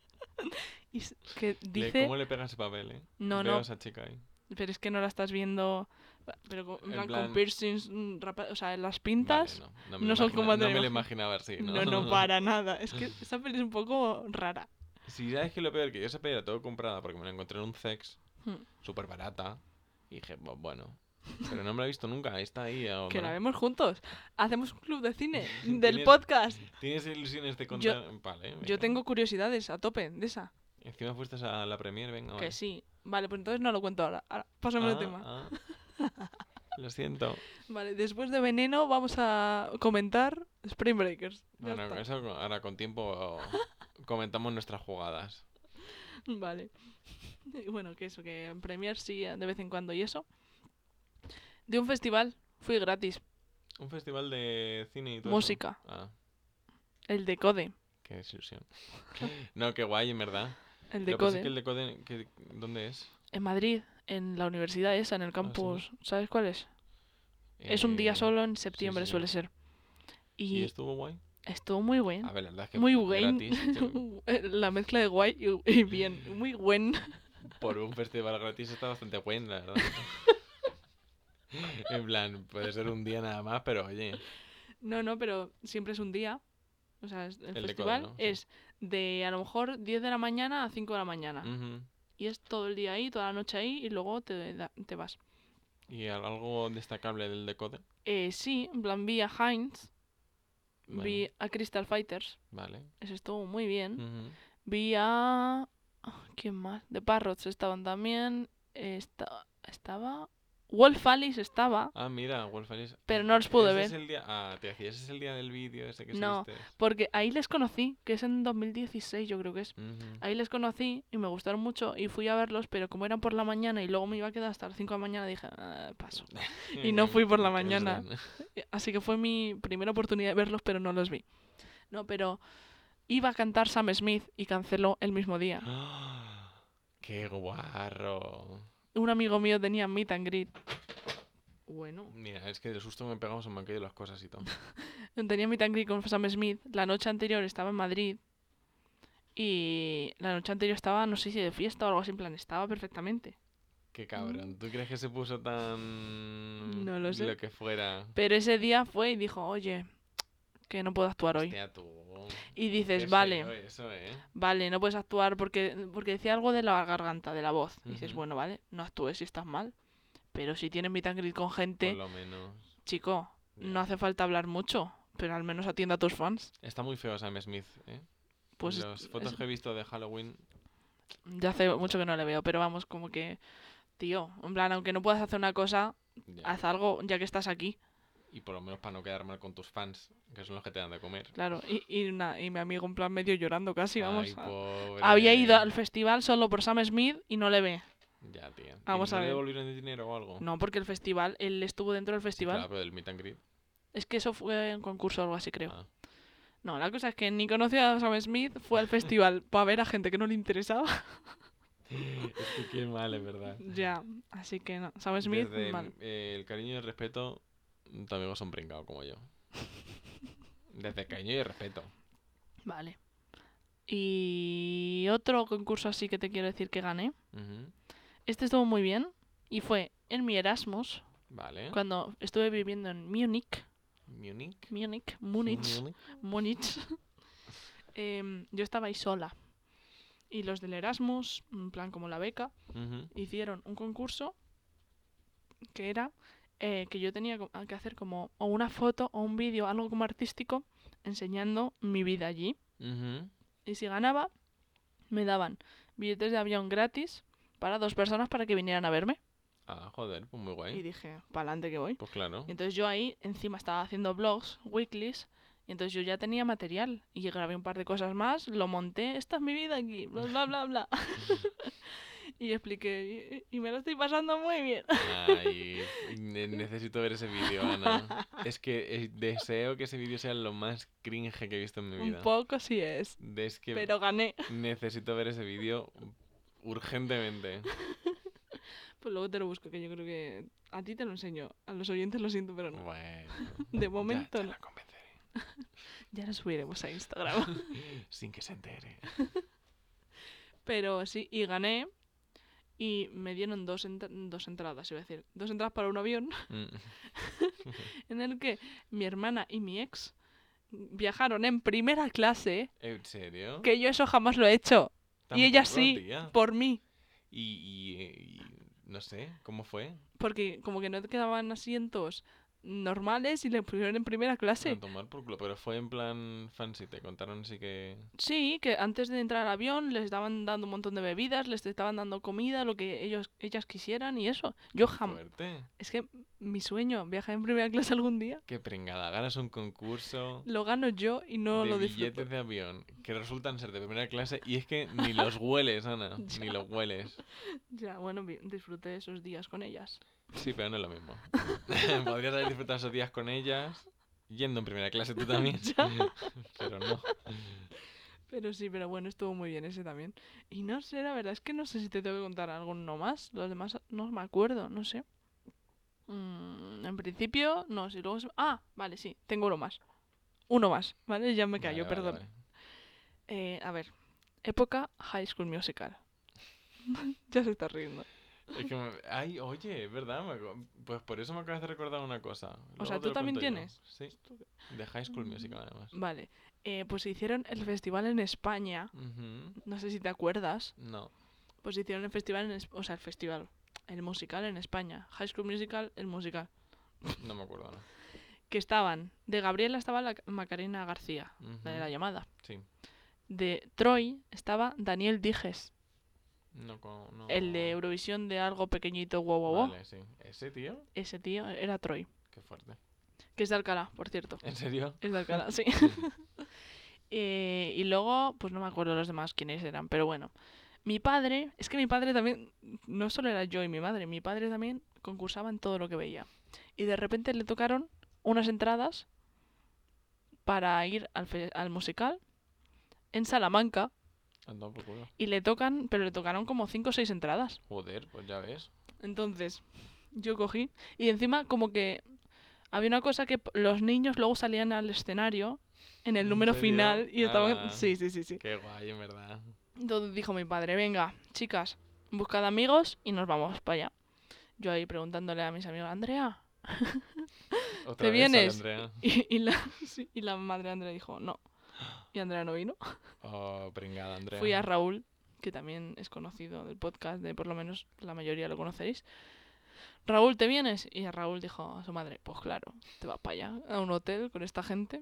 y s- que
Le-
dice...
¿Cómo le pega ese papel, eh?
No,
Veo a
no,
esa chica ahí.
pero es que no la estás viendo... Pero con, en
En
plan, con
plan-
piercings, mm, rapa- o sea, en las
Vale,
pintas...
no, no me, lo
no son
imagina-
como te
no me lo
imagi-
imaginaba así, ¿no?
no, no, para nada. Es que esa peli es un poco rara.
Si sabes que lo peor, que yo esa peli la tengo comprada porque me la encontré en un sex
Hmm.
súper barata y dije, "Bu- bueno, pero no me la he visto nunca, está ahí. o
Que
no.
la vemos juntos. Hacemos un club de cine del
Tienes-
podcast.
¿Tienes ilusiones de
Yo-
contar? Vale, venga.
Yo tengo curiosidades a tope de esa.
Encima fuiste a la premier, venga. Ah,
Que sí. Vale, pues entonces no lo cuento ahora. ahora pasamos al tema.
Lo siento.
Vale, después de Veneno vamos a comentar Spring Breakers. Ya
Bueno,
está.
eso con- ahora con tiempo comentamos nuestras jugadas. pues.
Vale. Y bueno, que eso, que en Premier sí de vez en cuando y eso. De un festival fui gratis.
Un festival de cine y todo. eso?
Música.
Ah,
El de Code.
qué desilusión. no, qué guay, en verdad.
El
Lo
de
que pasa
Code.
es que el de Code, que- ¿dónde es?
En Madrid, en la universidad esa, en el campus. ¿Sabes cuál es? Es un
Ah, Eh,
día solo en septiembre,
sí.
suele ser.
¿Y,
Y
estuvo guay?
estuvo muy bueno.
A ver, la verdad es que
Muy buen. Eh,
gratis, yo-
la mezcla de guay y, y bien. Muy buen.
por un festival gratis está bastante buen, la verdad. en plan, puede ser un día nada más, pero oye,
No, no, pero siempre es un día. O sea, es- el,
El de
festival
Code, ¿no? Sí.
es de a lo mejor 10 de la mañana a 5 de la mañana.
ujú.
Y es todo el día ahí, toda la noche ahí y luego te, da- te vas.
¿y al- algo destacable del de Code?
Eh, sí, en plan vi a Heinz,
Bueno,
vi ¿Mm? a Crystal Fighters.
Vale.
Eso estuvo muy bien.
ujú.
Vi a. ah, ¿Quién más? The Parrots estaban también. eh, Esta... Estaba. Wolf Alice estaba.
Ah, mira, Wolf Alice.
Pero no los pude
Ese
ver.
es el día... Ah, te decía, ese es el día del vídeo ese que
No.
subiste.
Porque ahí les conocí, que es en 2016, yo creo que es.
Ujú.
Ahí les conocí y me gustaron mucho y fui a verlos, pero como eran por la mañana y luego me iba a quedar hasta las 5 de la mañana, dije, "Ah, paso. y no fui por la
Es
mañana.
verdad.
Así que fue mi primera oportunidad de verlos, pero no los vi. No, pero iba a cantar Sam Smith y canceló el mismo día.
¡Ah! ¡Qué guarro!
Un amigo mío tenía meet and greet. Bueno.
Mira, es que del susto me pegamos, se me han caído las cosas y todo.
Tenía meet and greet con Sam Smith. La noche anterior estaba en Madrid. Y la noche anterior estaba, no sé si de fiesta o algo así, en plan, estaba perfectamente.
¡Qué cabrón! ¿Tú crees que se puso tan...
No lo sé.
Lo que fuera.
Pero ese día fue y dijo, oye, que no puedo actuar hoy.
Hostia, tú.
Y dices,
Qué
vale,
feo eso, ¿eh?
vale, no puedes actuar porque, porque decía algo de la garganta, de la voz. Y dices,
Ujú.
bueno, vale, no actúes si estás mal. Pero si tienes meet and greet con
Por
gente,
lo menos.
chico, no
Ya.
hace falta hablar mucho, pero al menos atienda a tus fans.
Está muy feo Sam Smith, ¿eh?
Pues es-
Las fotos
es-
que he visto de Halloween...
ya hace mucho que no le veo, pero vamos, como que, tío, en plan, aunque no puedas hacer una cosa,
ya.
haz algo ya que estás aquí.
Y por lo menos para no quedar mal con tus fans, que son los que te dan de comer.
Claro, y, y, na- y mi amigo en plan medio llorando casi, vamos.
Ay,
a-
pobre.
Había ido al festival solo por Sam Smith y no le ve.
Ya, tío. ¿Y
Vamos
no
a
le
ver.
devolvieron el dinero o algo?
No, porque el festival, él estuvo dentro del
Sí,
festival.
claro, pero del meet and greet.
Es que eso fue un concurso o algo así, creo.
Ah.
No, la cosa es que ni conocía a Sam Smith, fue al festival para ver a gente que no le interesaba.
Es que qué mal, es verdad.
ya, así que no. Sam Smith,
Desde
mal.
eh, el cariño y el respeto, tu amigo son pringado como yo. Desde el cariño y el respeto.
Vale. Y otro concurso así que te quiero decir que gané.
Ujú.
Este estuvo muy bien y fue en mi Erasmus,
Vale.
cuando estuve viviendo en Múnich.
Munich.
Múnich, Múnich, Múnich. Em, yo estaba ahí sola. Y los del Erasmus, en plan como la beca,
Ujú.
hicieron un concurso que era eh, que yo tenía co- que hacer como o una foto o un vídeo, algo como artístico, enseñando mi vida allí.
Ujú.
Y si ganaba, me daban billetes de avión gratis para dos personas para que vinieran a verme.
Ah, joder, pues muy
Y
guay.
dije, pa'lante que voy.
Pues claro.
Y entonces yo ahí encima estaba haciendo blogs, weeklies, y entonces yo ya tenía material. Y grabé un par de cosas más, lo monté, esta es mi vida aquí, bla, bla, bla, bla. y expliqué, y- y- y me lo estoy pasando muy bien.
Ay, ne- necesito ver ese vídeo, Ana. Es que eh, deseo que ese vídeo sea lo más cringe que he visto en mi vida.
Un poco sí es.
De- Es que
Pero gané.
necesito ver ese vídeo urgentemente.
Pues luego te lo busco, que yo creo que a ti te lo enseño. A los oyentes lo siento, pero no.
Bueno.
De momento
Oh, ya, ya
no.
la convenceré.
Ya lo subiremos a Instagram.
Sin que se entere.
Pero sí, y gané. Y me dieron dos, entra- dos entradas, iba a decir. Dos entradas para un avión
Mm.
en el que mi hermana y mi ex viajaron en primera clase.
¿En serio?
Que yo eso jamás lo he hecho. y ella
Tampoco,
sí.
tía.
Por mí.
Y, y, eh, y no sé, ¿cómo fue?
Porque como que no te quedaban asientos normales y le pusieron en primera clase.
A tomar por culo, pero fue en plan fancy, te contaron así que...
Sí, que antes de entrar al avión les estaban dando un montón de bebidas, les estaban dando comida, lo que ellos, ellas quisieran y eso. Yo jamás.
Fuerte.
Es que mi sueño, viajar en primera clase algún día,
Qué pringada, ganas un concurso
lo gano yo y no
de
lo disfruto.
billetes de avión que resultan ser de primera clase y es que ni los hueles, Ana, ni
Ya.
los hueles.
Ya, bueno, vi- disfruté esos días con ellas.
Sí, pero no es lo mismo. Podrías haber disfrutado esos días con ellas, yendo en primera clase tú también,
Ya.
pero no.
Pero sí, pero bueno, estuvo muy bien ese también. Y no sé, la verdad es que no sé si te tengo que contar alguno más. Los demás no me acuerdo, no sé. Mm, en principio, no, si luego... se- Ah, vale, sí, tengo uno más. Uno más, ¿vale? Ya me callo,
Vale, vale,
perdón.
vale.
Eh, a ver, época High School Musical. ya se está riendo.
Es que me- Ay, oye, es verdad. me acu- Pues por eso me acabas de recordar una cosa. Luego
sea,
te
¿tú
lo
también
cuento yo.
tienes? Mm.
Sí, de High School Musical, además.
Vale, eh, pues hicieron el festival en España.
Ujú.
No sé si te acuerdas.
No.
Pues hicieron el festival en... es- O sea, el festival. El musical en España. High School Musical, el musical.
No me acuerdo. Ana.
Que estaban... De Gabriela estaba la Macarena García, la de la
Ujú.
llamada.
Sí.
De Troy estaba Daniel Dijes,
No, co- no.
el de Eurovisión de algo pequeñito, wow, wow, wow.
Ah. Vale, sí. Ese tío,
Ese tío era Troy.
qué fuerte.
Que es de Alcalá, por cierto.
¿En serio?
Es de Alcalá, sí. Eh, y luego, pues no me acuerdo los demás quiénes eran, pero bueno. Mi padre, es que mi padre también, no solo era yo y mi madre, mi padre también concursaba en todo lo que veía. Y de repente le tocaron unas entradas para ir al, fe- al musical en Salamanca
A tomar por culo.
y le tocan, pero le tocaron como cinco o seis entradas.
Joder, pues ya ves.
Entonces, yo cogí. Y encima, como que había una cosa que p- los niños luego salían al escenario en el
¿En
número
serio?
final y
Ala.
estaban. Sí, sí, sí, sí.
Qué guay, en verdad.
Entonces dijo mi padre: Venga, chicas, buscad amigos y nos vamos para allá. Yo ahí preguntándole a mis amigos: Andrea.
Otra
¿Te
vez sale
vienes?
Andrea.
Y, y la, sí, y la madre de Andrea dijo: No. Y Andrea no vino.
Oh, pringada, Andrea.
Fui a Raúl, que también es conocido del podcast, de por lo menos la mayoría lo conoceréis. Raúl, ¿te vienes? Y a Raúl dijo a su madre, pues claro, te vas para allá, a un hotel con esta gente.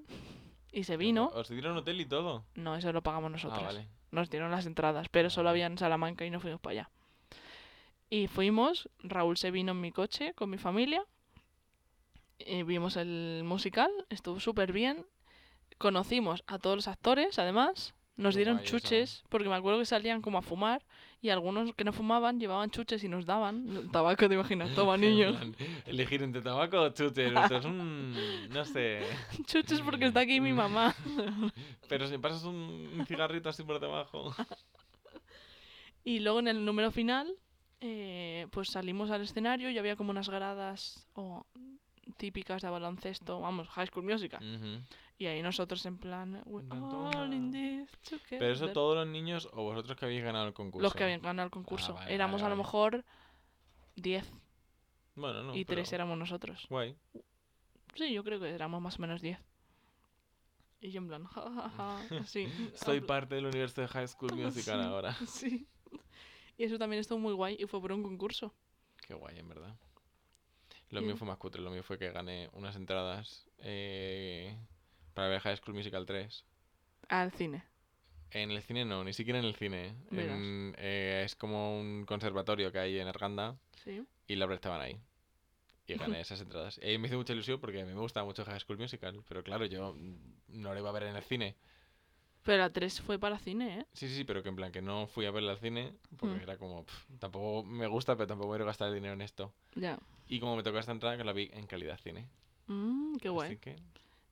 Y se
Qué
vino.
guay. Os dieron hotel y todo.
No, eso lo pagamos nosotros.
Ah, vale.
Nos dieron las entradas, pero solo
Ah.
había en Salamanca y no fuimos para allá. Y fuimos, Raúl se vino en mi coche con mi familia. eh, vimos el musical, estuvo súper bien. Conocimos a todos los actores, además. Nos
Qué
dieron
guay eso. ¿eh?
chuches, porque me acuerdo que salían como a fumar y algunos que no fumaban llevaban chuches y nos daban. Tabaco, te imaginas, toma
En
niño.
plan, Elegir entre tabaco o chute. Nosotros, mm, no sé.
chuches porque está aquí mi mamá.
Pero si pasas un, un cigarrito así por debajo.
Y luego en el número final, eh, pues salimos al escenario y había como unas gradas o típicas de baloncesto, vamos, High School Musical.
Ujú.
Y ahí nosotros en plan, "We
En plan,
all in
toma.
this together".
Pero eso todos los niños o vosotros que habéis ganado el concurso. Ah,
los que habían ganado el concurso.
vale,
éramos
vale,
a lo
vale.
mejor 10
Bueno, no.
y
pero
3 éramos nosotros.
Guay.
Sí, yo creo que éramos más o menos 10. Y yo en plan, ja, ja, ja, sí.
Soy
habla-
parte del universo de High School Musical
Sí.
ahora.
Sí. Y eso también estuvo muy guay y fue por un concurso.
Qué guay, en verdad. Lo
Y-
mío fue más cutre. Lo mío fue que gané unas entradas eh, para ver High School Musical 3.
Al cine.
En el cine no, ni siquiera en el cine.
Verás.
En, eh, es como un conservatorio que hay en Arganda
Sí.
y la estaban ahí. Y gané esas entradas. Y me hizo mucha ilusión porque a mí me gusta mucho High School Musical, pero claro, yo mm, no lo iba a ver en el cine.
Pero la 3 fue para cine, ¿eh?
Sí, sí, sí, pero que en plan que no fui a verla al cine porque
Mm.
era como, "Pf, tampoco me gusta, pero tampoco quiero gastar el dinero en esto.
Ya.
Y como me tocó esta entrada, que la vi en calidad cine.
Mm, qué guay.
Así que,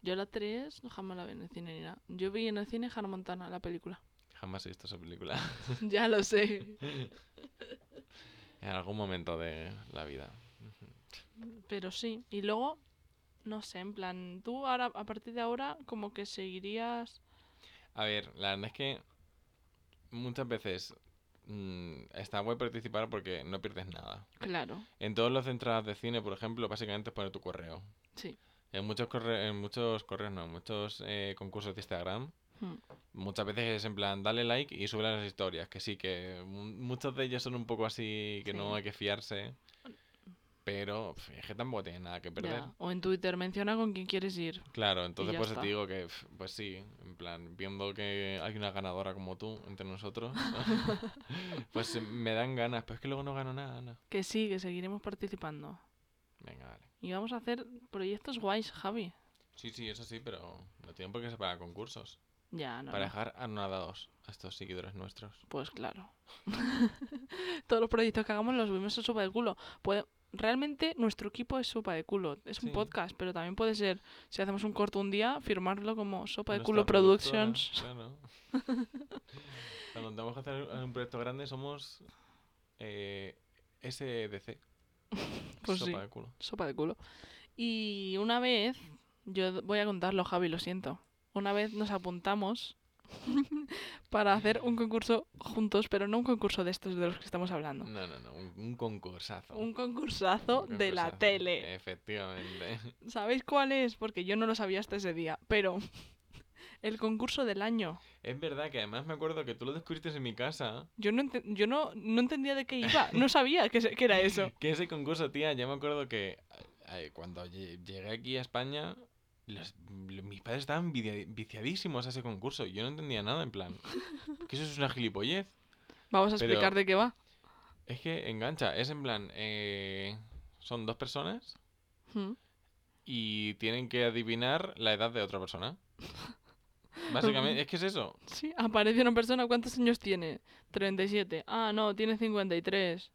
Yo la 3 no jamás la vi en el cine ni nada. Yo vi en el cine Hannah Montana, la película.
jamás he visto esa película.
ya lo sé.
en algún momento de la vida.
Pero sí. Y luego, No sé, en plan, tú ahora, a partir de ahora, como que seguirías.
A ver, la verdad es que muchas veces mm, está guay participar porque no pierdes nada.
Claro,
En todos los centros de cine, por ejemplo, básicamente es poner tu correo.
sí.
En muchos, corre- en muchos correos, no, en muchos eh, concursos de Instagram,
Hmm.
muchas veces es en plan, dale like y sube las historias, que sí, que mu- muchos de ellos son un poco así, que no
Sí.
hay que fiarse, pero pf, es que tampoco tienes nada que perder.
Ya. O en Twitter menciona con quién quieres ir.
Claro, entonces
ya
pues
está.
te digo que, pf, pues sí, en plan, viendo que hay una ganadora como tú entre nosotros, pues eh, me dan ganas, pero es que luego no gano nada, Ana.
Que sí, que seguiremos participando.
Venga, vale.
Y vamos a hacer proyectos guays, Javi.
Sí, sí, eso sí, pero no tienen por qué ser para concursos,
Ya, no.
para
no.
dejar anonadados a estos seguidores nuestros.
Pues claro. Todos los proyectos que hagamos los subimos a sopa de culo. Puede- Realmente nuestro equipo es sopa de culo. Es un
Sí.
podcast, pero también puede ser, si hacemos un corto un día, firmarlo como sopa de
Nuestra
culo
productora,
productions.
Claro. Cuando tenemos que hacer un proyecto grande somos eh, SDC.
Pues sí.
sopa de culo.
Sopa de culo. Y una vez, yo d- voy a contarlo, Javi, lo siento. Una vez nos apuntamos para hacer un concurso juntos, pero no un concurso de estos de los que estamos hablando.
No, no, no. Un, un concursazo.
Un
Un
concursazo de la
concursazo,
tele.
Efectivamente.
¿Sabéis cuál es? Porque yo no lo sabía hasta ese día, pero el concurso del año.
Es verdad que además me acuerdo que tú lo descubriste en mi casa.
Yo no, enten- yo no, no entendía de qué iba, no sabía que, se- que era eso.
Que ese concurso, tía, ya me acuerdo que eh, cuando lle- llegué aquí a España, los- lo- mis padres estaban vidia- viciadísimos a ese concurso. Y yo no entendía nada, en plan. Que eso es una gilipollez.
Vamos a
Pero-
explicar de qué va.
Es que engancha, es en plan, eh, son dos personas
Mm.
y tienen que adivinar la edad de otra persona. Básicamente, es que es eso.
Sí, aparece una persona, ¿cuántos años tiene? 37. Ah, no, tiene 53.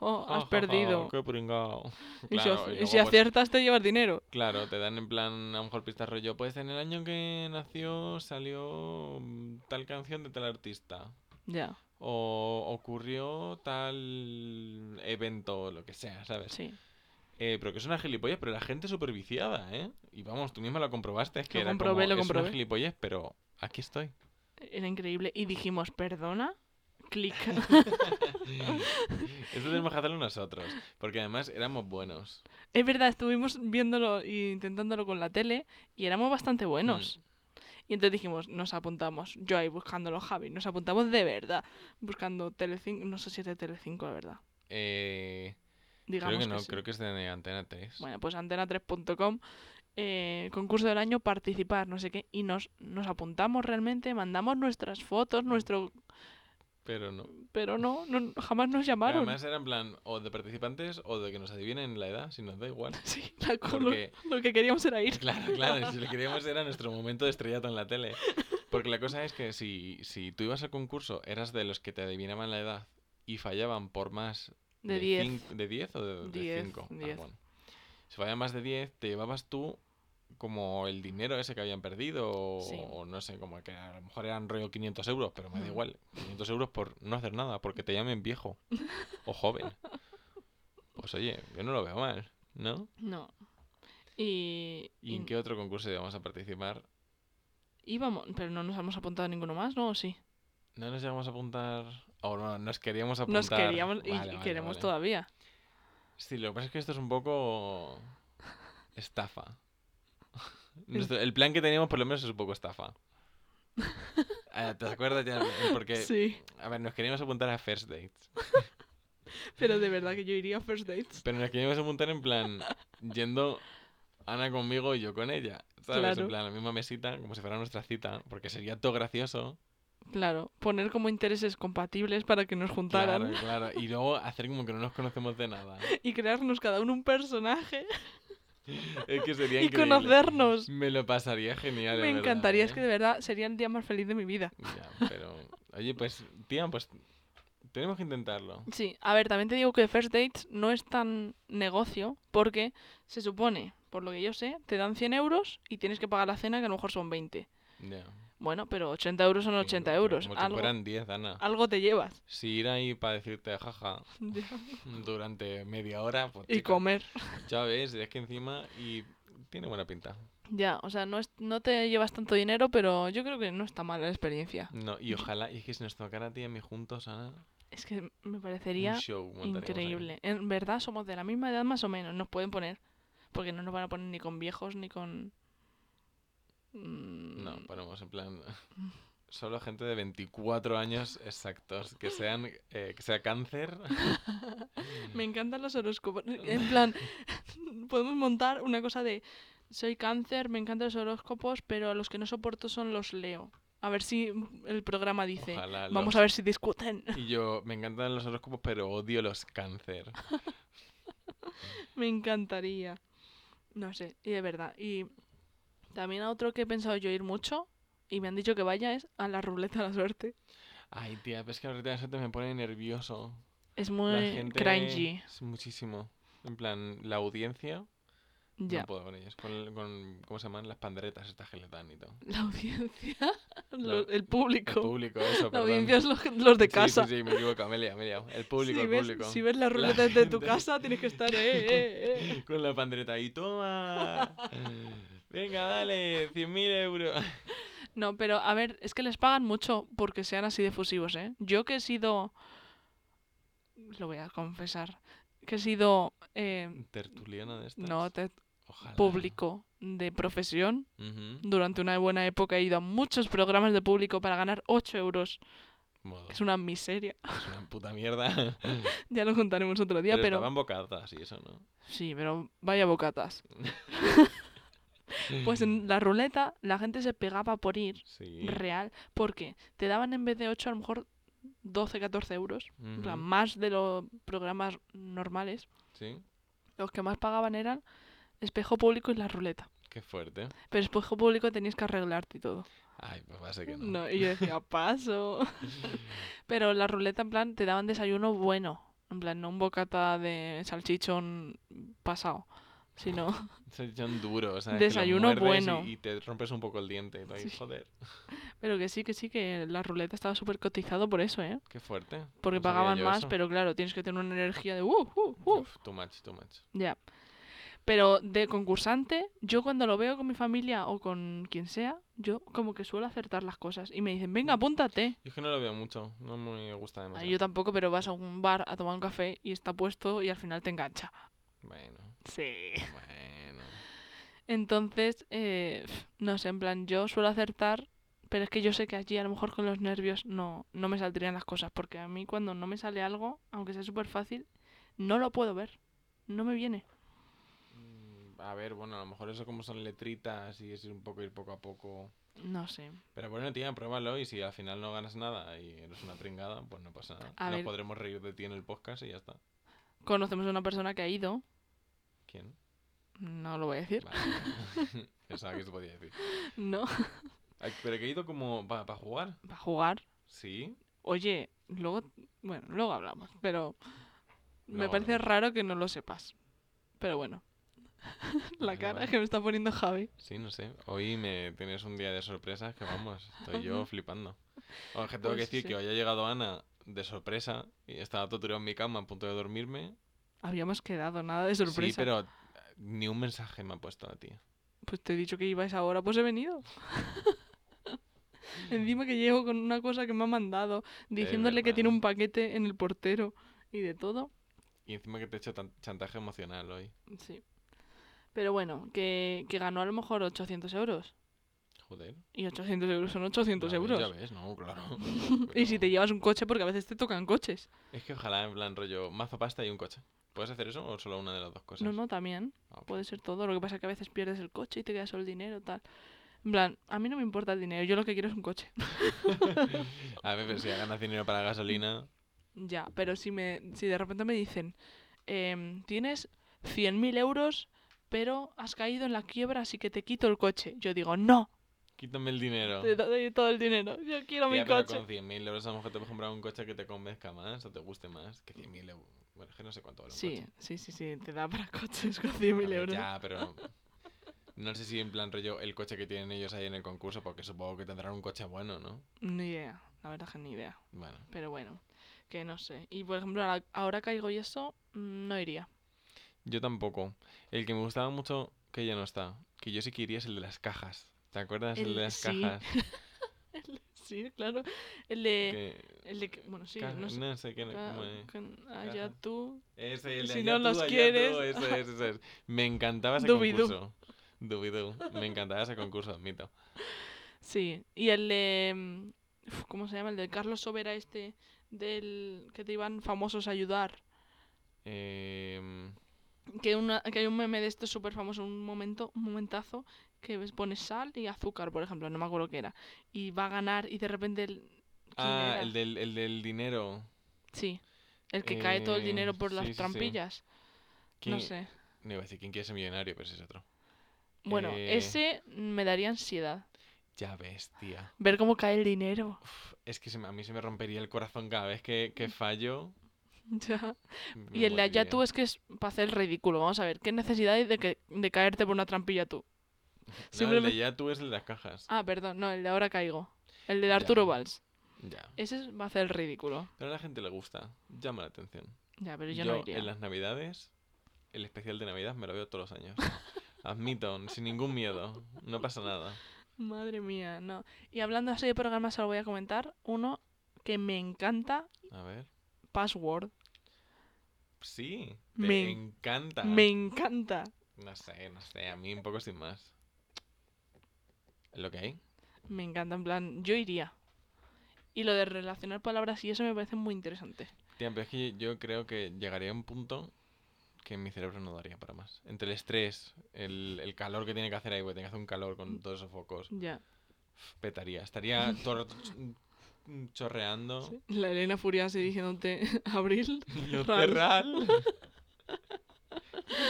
Jo, has
Ja, ja, ja,
perdido.
Oh, qué pringao.
Y si,
Claro,
ac-
y
y si
luego, pues,
aciertas te llevas dinero.
claro, te dan en plan, a lo mejor pistas rollo, pues en el año que nació salió mm, tal canción de tal artista.
Ya,
O ocurrió tal evento, o lo que sea, ¿sabes?
sí.
Eh, pero que es una gilipollas, pero la gente es súper viciada, ¿eh? Y vamos, tú misma lo comprobaste, es que
Lo
era
comprobé,
como,
lo
es una
comprobé".
gilipollas, pero aquí estoy.
Era increíble. Y dijimos, ¿perdona? Clic.
Esto tenemos que hacerlo nosotros, porque además éramos buenos.
es verdad, estuvimos viéndolo e intentándolo con la tele y éramos bastante
Mm.
buenos. Y entonces dijimos, nos apuntamos. Yo ahí buscándolo, Javi, nos apuntamos de verdad. Buscando Telecinco, no sé si es de Telecinco, de verdad.
Eh,
Digamos
creo que no,
sí.
creo que es de Antena 3.
Bueno, pues antena3.com, eh, concurso del año, participar, no sé qué, y nos, nos apuntamos realmente, mandamos nuestras fotos,
Mm.
nuestro...
Pero no.
Pero no, no- jamás nos
Pero
llamaron.
además era en plan o de participantes o de que nos adivinen la edad, si nos da igual.
Sí, la co- lo,
Porque,
lo que queríamos era ir.
claro, claro, si lo queríamos era nuestro momento de estrellato en la tele. Porque la cosa es que si, si tú ibas al concurso, eras de los que te adivinaban la edad y fallaban por más
De 10.
cinc- ¿De 10 o de- de
Diez,
5?
diez.
Si falla más de 10, te llevabas tú como el dinero ese que habían perdido o,
Sí.
o no sé, como que a lo mejor eran rollo 500 euros, pero me da
Ujú.
igual. 500 euros por no hacer nada, porque te llamen viejo o joven. Pues oye, yo no lo veo mal, ¿no?
No. Y,
¿Y en
y-
qué otro concurso íbamos a participar?
íbamos, pero no nos hemos apuntado a ninguno más, ¿no? ¿O Sí.
¿No nos llegamos a apuntar? O no, nos queríamos apuntar.
Nos queríamos y
Vale,
y
vale,
queremos
vale.
todavía.
Sí, lo que pasa es que esto es un poco estafa. Nuestro- el plan que teníamos por lo menos es un poco estafa. Ah, ¿Te acuerdas ya? Porque,
Sí,
a ver, nos queríamos apuntar a First Dates.
pero de verdad que yo iría a First Dates.
Pero nos queríamos apuntar en plan, yendo Ana conmigo y yo con ella. ¿Sabes?
Claro.
En plan, la misma mesita, como si fuera nuestra cita. Porque sería todo gracioso.
Claro, poner como intereses compatibles para que nos juntaran.
Claro, claro. Y luego hacer como que no nos conocemos de nada.
y crearnos cada uno un personaje
Es que sería
y
increíble.
conocernos.
Me lo pasaría genial. de
Me
verdad,
encantaría, es
¿eh?
que de verdad sería el día más feliz de mi vida.
Ya, pero. Oye, pues, tía, pues. Tenemos que intentarlo.
Sí, a ver, también te digo que First Dates no es tan negocio porque se supone, por lo que yo sé, te dan 100 euros y tienes que pagar la cena que a lo mejor son 20.
Ya.
Bueno, pero 80 euros son 80
Pero
euros.
Como si
Algo,
fueran 10, Ana.
algo te llevas.
Si ir ahí para decirte jaja durante media hora, pues.
y
chica,
comer.
Ya ves, es que encima. Y Tiene buena pinta.
Ya, o sea, no, es- no te llevas tanto dinero, pero yo creo que no está mal la experiencia.
No, y ojalá, y es que si nos tocara a ti y a mí juntos, Ana,
Es que me
un
parecería
show montaríamos ahí.
increíble. En verdad somos de la misma edad más o menos, nos pueden poner. Porque no nos van a poner ni con viejos ni con... Mm,
No, ponemos en plan. Solo gente de 24 años exactos. Que sean. eh, que sea cáncer.
Me encantan los horóscopos. En plan, podemos montar una cosa de soy cáncer, me encantan los horóscopos, pero los que no soporto son los leo. A ver si el programa dice,
Ojalá.
vamos
los-
a ver si discuten.
Y yo, me encantan los horóscopos, pero odio los cáncer.
me encantaría. No sé, y de verdad. Y también a otro que he pensado yo ir mucho y me han dicho que vaya es a la ruleta de la suerte.
Ay, tía, pero es que ahorita eso te me pone nervioso.
Es
La
muy
gente.
cringy.
Es muchísimo. En plan, la audiencia.
Ya.
No puedo con ellos. Con, el- con- ¿Cómo se llaman? Las panderetas, estas que le dan y todo.
La audiencia, lo-
La-
el
El
público.
público, eso,
la
perdón.
audiencia es los, los de
Sí,
casa.
Sí, sí, me equivoco, me he liado, me he liado. El público,
si,
el
ves,
público.
si ves la ruleta
La
desde tu
gente.
casa, tienes que estar, eh, eh, eh.
Con la pandereta ahí, toma. Venga, dale, 100.000 euros.
No, pero a ver, es que les pagan mucho porque sean así de fusivos, ¿eh? Yo que he sido. Lo voy a confesar. Que he sido. eh,
Tertuliana de estas.
no, te-
Ojalá.
público de profesión.
Ujú.
Durante una buena época he ido a muchos programas de público para ganar 8 euros.
Modo,
Es una miseria.
es una puta mierda.
Ya lo contaremos otro día,
pero,
pero.
estaban bocadas y eso, ¿no?
Sí, pero vaya bocatas. Pues
Mm.
en la ruleta la gente se pegaba por ir.
Sí.
real, porque te daban en vez de 8 a lo mejor 12, 14 euros, en plan,
Ujú.
más de los programas normales.
Sí.
Los que más pagaban eran espejo público y la ruleta.
Qué fuerte.
Pero espejo público tenías que arreglarte y todo.
Ay, pues va a ser que no.
No, y yo decía, paso. Pero la ruleta, en plan, te daban desayuno bueno. En plan, no un bocata de salchichón pasado, sino
Salchichón duro, o sea, que lo
Desayuno
muerdes y-
bueno.
Y, te rompes un poco el diente. y tú ahí,
Sí.
Joder,
Pero que sí, que sí, que la ruleta estaba súper cotizado por eso, ¿eh?
qué fuerte.
Porque
No sabía
pagaban
yo
más,
eso.
pero claro, tienes que tener una energía de uh, uh, uh.
Uf, too much, too much.
Ya. Pero de concursante, yo cuando lo veo con mi familia o con quien sea, yo como que suelo acertar las cosas. Y me dicen, venga, apúntate.
Yo es que no lo veo mucho, Mm. no me gusta
Ah,
demasiado.
yo tampoco, pero vas a un bar a tomar un café y está puesto y al final te engancha.
Bueno,
Sí.
bueno.
Entonces, eh, pf, no sé, en plan, yo suelo acertar, pero es que yo sé que allí a lo mejor con los nervios no, no me saldrían las cosas, porque a mí cuando no me sale algo, aunque sea súper fácil, no lo puedo ver. No me viene.
Mm, A ver, bueno, a lo mejor eso como son letritas y es ir un poco ir poco a poco.
No sé.
Pero bueno, tía, pruébalo y si al final no ganas nada y eres una pringada, pues no pasa nada.
A
Nos
ver.
podremos reír de ti en el podcast y ya está.
Conocemos a una persona que ha ido,
¿Quién?
no lo voy a decir.
Vale. Pensaba que se podía decir.
No.
Ay, Pero que he ido como para jugar.
Va a jugar.
Sí.
Oye, luego, bueno, luego hablamos, pero me
Luego
parece
hablamos.
raro que no lo sepas. Pero bueno. La
Vale,
cara
vale.
que me está poniendo Javi.
Sí, no sé. Hoy me tienes un día de sorpresas que vamos, estoy yo flipando. Oye, que tengo que
Pues
decir
sí.
que hoy ha llegado Ana de sorpresa y estaba todo tirado en mi cama a punto de dormirme.
Habíamos quedado, nada de
Sí,
sorpresa.
pero eh, ni un mensaje me ha puesto a ti.
Pues te he dicho que ibas ahora, pues he venido. Encima que llego con una cosa que me ha mandado, diciéndole que tiene
verdad.
un paquete en el portero y de todo.
Y encima que te he hecho tan- chantaje emocional hoy.
Sí. Pero bueno, que, que ganó a lo mejor 800 euros.
Joder.
Y 800 euros son 800
Ya ves,
euros.
Ya ves, no, claro.
Y si te
Pero
llevas un coche, porque a veces te tocan coches.
Es que ojalá en plan rollo mazo pasta y un coche. ¿Puedes hacer eso o solo una de las dos cosas?
No, no, también.
Ah, ok.
Puede ser todo. Lo que pasa es que a veces pierdes el coche y te queda solo el dinero, tal. En plan, a mí no me importa el dinero, yo lo que quiero es un coche.
A ver, pero si ya ganas dinero para gasolina.
ya, pero si, me, si de repente me dicen, em, tienes 100.000 euros, pero has caído en la quiebra, así que te quito el coche. Yo digo, no,
Quítame el dinero.
te doy todo el dinero, yo quiero
Tía,
mi
pero
coche.
con 100.000 euros a lo mejor te puedes comprar un coche que te convenzca más o te guste más. Que 100.000 euros. Bueno, es que no sé cuánto vale un
Sí,
coche.
sí, sí, sí, te da para coches con
A
100.000
ver,
euros.
Ya, pero. No sé si en plan rollo el coche que tienen ellos ahí en el concurso, porque supongo que tendrán un coche bueno, ¿no?
Ni idea, la verdad que ni idea.
Bueno.
Pero bueno, que no sé. Y por ejemplo, ahora, ahora caigo y eso, mm, no iría.
Yo tampoco. El que me gustaba mucho, que ya no está. Que yo sí que iría es el de las cajas. ¿Te acuerdas el,
El-
de las
sí.
cajas?
Sí, claro. El de.
Que-
El de que- bueno, sí,
ca-
no sé. Ah,
qué.
ca-
cómo es.
con- allá
Caja.
tú.
Ese, el de
Si
allá
no
tú,
los
allá tú,
quieres.
ese es, ese es. Me encantaba ese
Dubidú.
concurso. Dubidú. Me encantaba ese concurso, admito.
Sí. Y el de. mm, uf, ¿Cómo se llama? El de Carlos Sobera, este. Del. Que te iban famosos a ayudar.
Em,
Que, una, que hay un meme de esto súper famoso, un momento, un momentazo, que ves- pones sal y azúcar, por ejemplo, no me acuerdo qué era. Y va a ganar y de repente el. ¿quién
Ah,
era?
el del, el del dinero.
Sí. El que cae todo el
Eh,
dinero por
sí, sí,
las
sí.
trampillas.
¿Quién-
No sé.
No iba a decir quién quiere ser millonario, pero ese es otro.
Bueno,
Eh,
ese me daría ansiedad.
Ya ves, tía.
Ver cómo cae el dinero.
Uf, es que se me- a mí se me rompería el corazón cada vez que, que fallo.
Ya.
me
Mm. Y el de allá
moriría.
tú es que es para hacer el ridículo. Vamos a ver, ¿qué necesidad hay de, que, de caerte por una trampilla tú?
No, el de
Simplemente-
allá tú es el de las cajas.
Ah, perdón, no, el de ahora caigo. El de
Ya.
Arturo Valls.
Ya.
Ese es- va a hacer el ridículo.
Pero a la gente le gusta. Llama la atención.
Ya, pero yo,
Yo,
no iría.
en las navidades, el especial de navidad me lo veo todos los años. Admito, sin ningún miedo. No pasa nada.
Madre mía, no. Y hablando así de programas, se lo voy a comentar. Uno que me encanta,
A ver.
Password.
Sí. Te
Me-
encanta.
Me encanta.
No sé, no sé. A mí un poco sin más. ¿Lo que hay?
Me encanta, en plan, yo iría. Y lo de relacionar palabras y eso me parece muy interesante.
Tía, pero es que yo creo que llegaría a un punto que mi cerebro no daría para más. Entre el estrés, el, el calor que tiene que hacer ahí, porque tiene que hacer un calor con todos esos focos,
Ya.
petaría. Estaría todo el rato ch- mm, chorreando.
La Elena Furiase diciéndote, Abril,
Yo
Ral.
terral.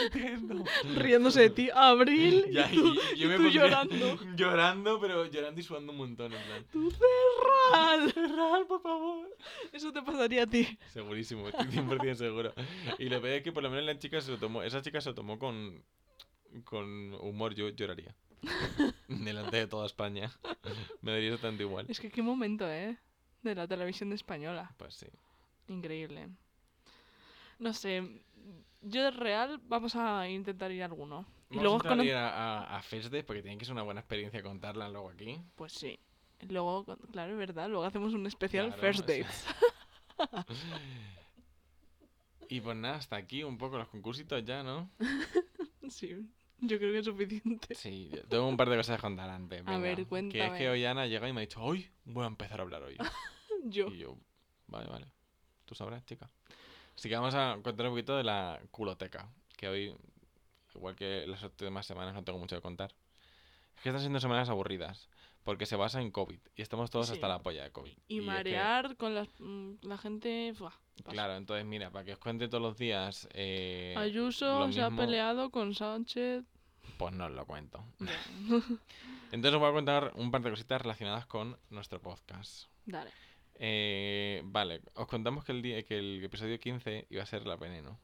Entiendo.
riéndose de ti, Abril, y
Ya, y-
tú,
y yo me
tú
pondría
llorando.
Llorando, pero llorando y sudando un montón, en plan.
tú, Cerral.
Terral, por favor.
Eso te pasaría a ti.
Segurísimo, estoy 100% seguro. Y lo peor es que por lo menos la chica se lo tomó, esa chica se lo tomó con, con humor, yo lloraría. Delante de toda España. Me daría exactamente igual.
Es que qué momento, ¿eh? De la televisión española.
Pues sí.
Increíble. No sé, yo de real vamos a intentar ir a alguno. Y
Vamos
luego
a
os
intentar
cono-
ir a, a, a Festdes porque tiene que ser una buena experiencia contarla luego aquí.
Pues sí. Luego, con- claro, es verdad, luego hacemos un especial
Claro,
First
o sea.
Dates.
Y pues nada, hasta aquí un poco los concursitos ya, ¿no?
Sí, yo creo que es suficiente.
Sí, yo tengo un par de cosas que contar antes.
A ver,
venga. Que es que
cuéntame.
hoy Ana llega y me ha dicho, hoy voy a empezar a hablar hoy.
Yo.
Y yo, vale, vale. Tú sabrás, chica. Así que vamos a contar un poquito de la culoteca. Que hoy, igual que las otras demás semanas, no tengo mucho que contar. Es que están siendo semanas aburridas. Porque se basa en COVID. Y estamos todos
Sí.
hasta la polla de COVID.
Y
es que-
marear con las- mm, la gente. buah, paso.
claro, entonces mira, para que os cuente todos los días, eh,
Ayuso
lo
se ha
mismo-
peleado con Sánchez.
pues no os lo cuento.
Ya.
Entonces os voy a contar un par de cositas relacionadas con nuestro podcast.
Dale.
Eh, vale, os contamos que el, día, que el episodio 15 iba a ser la veneno.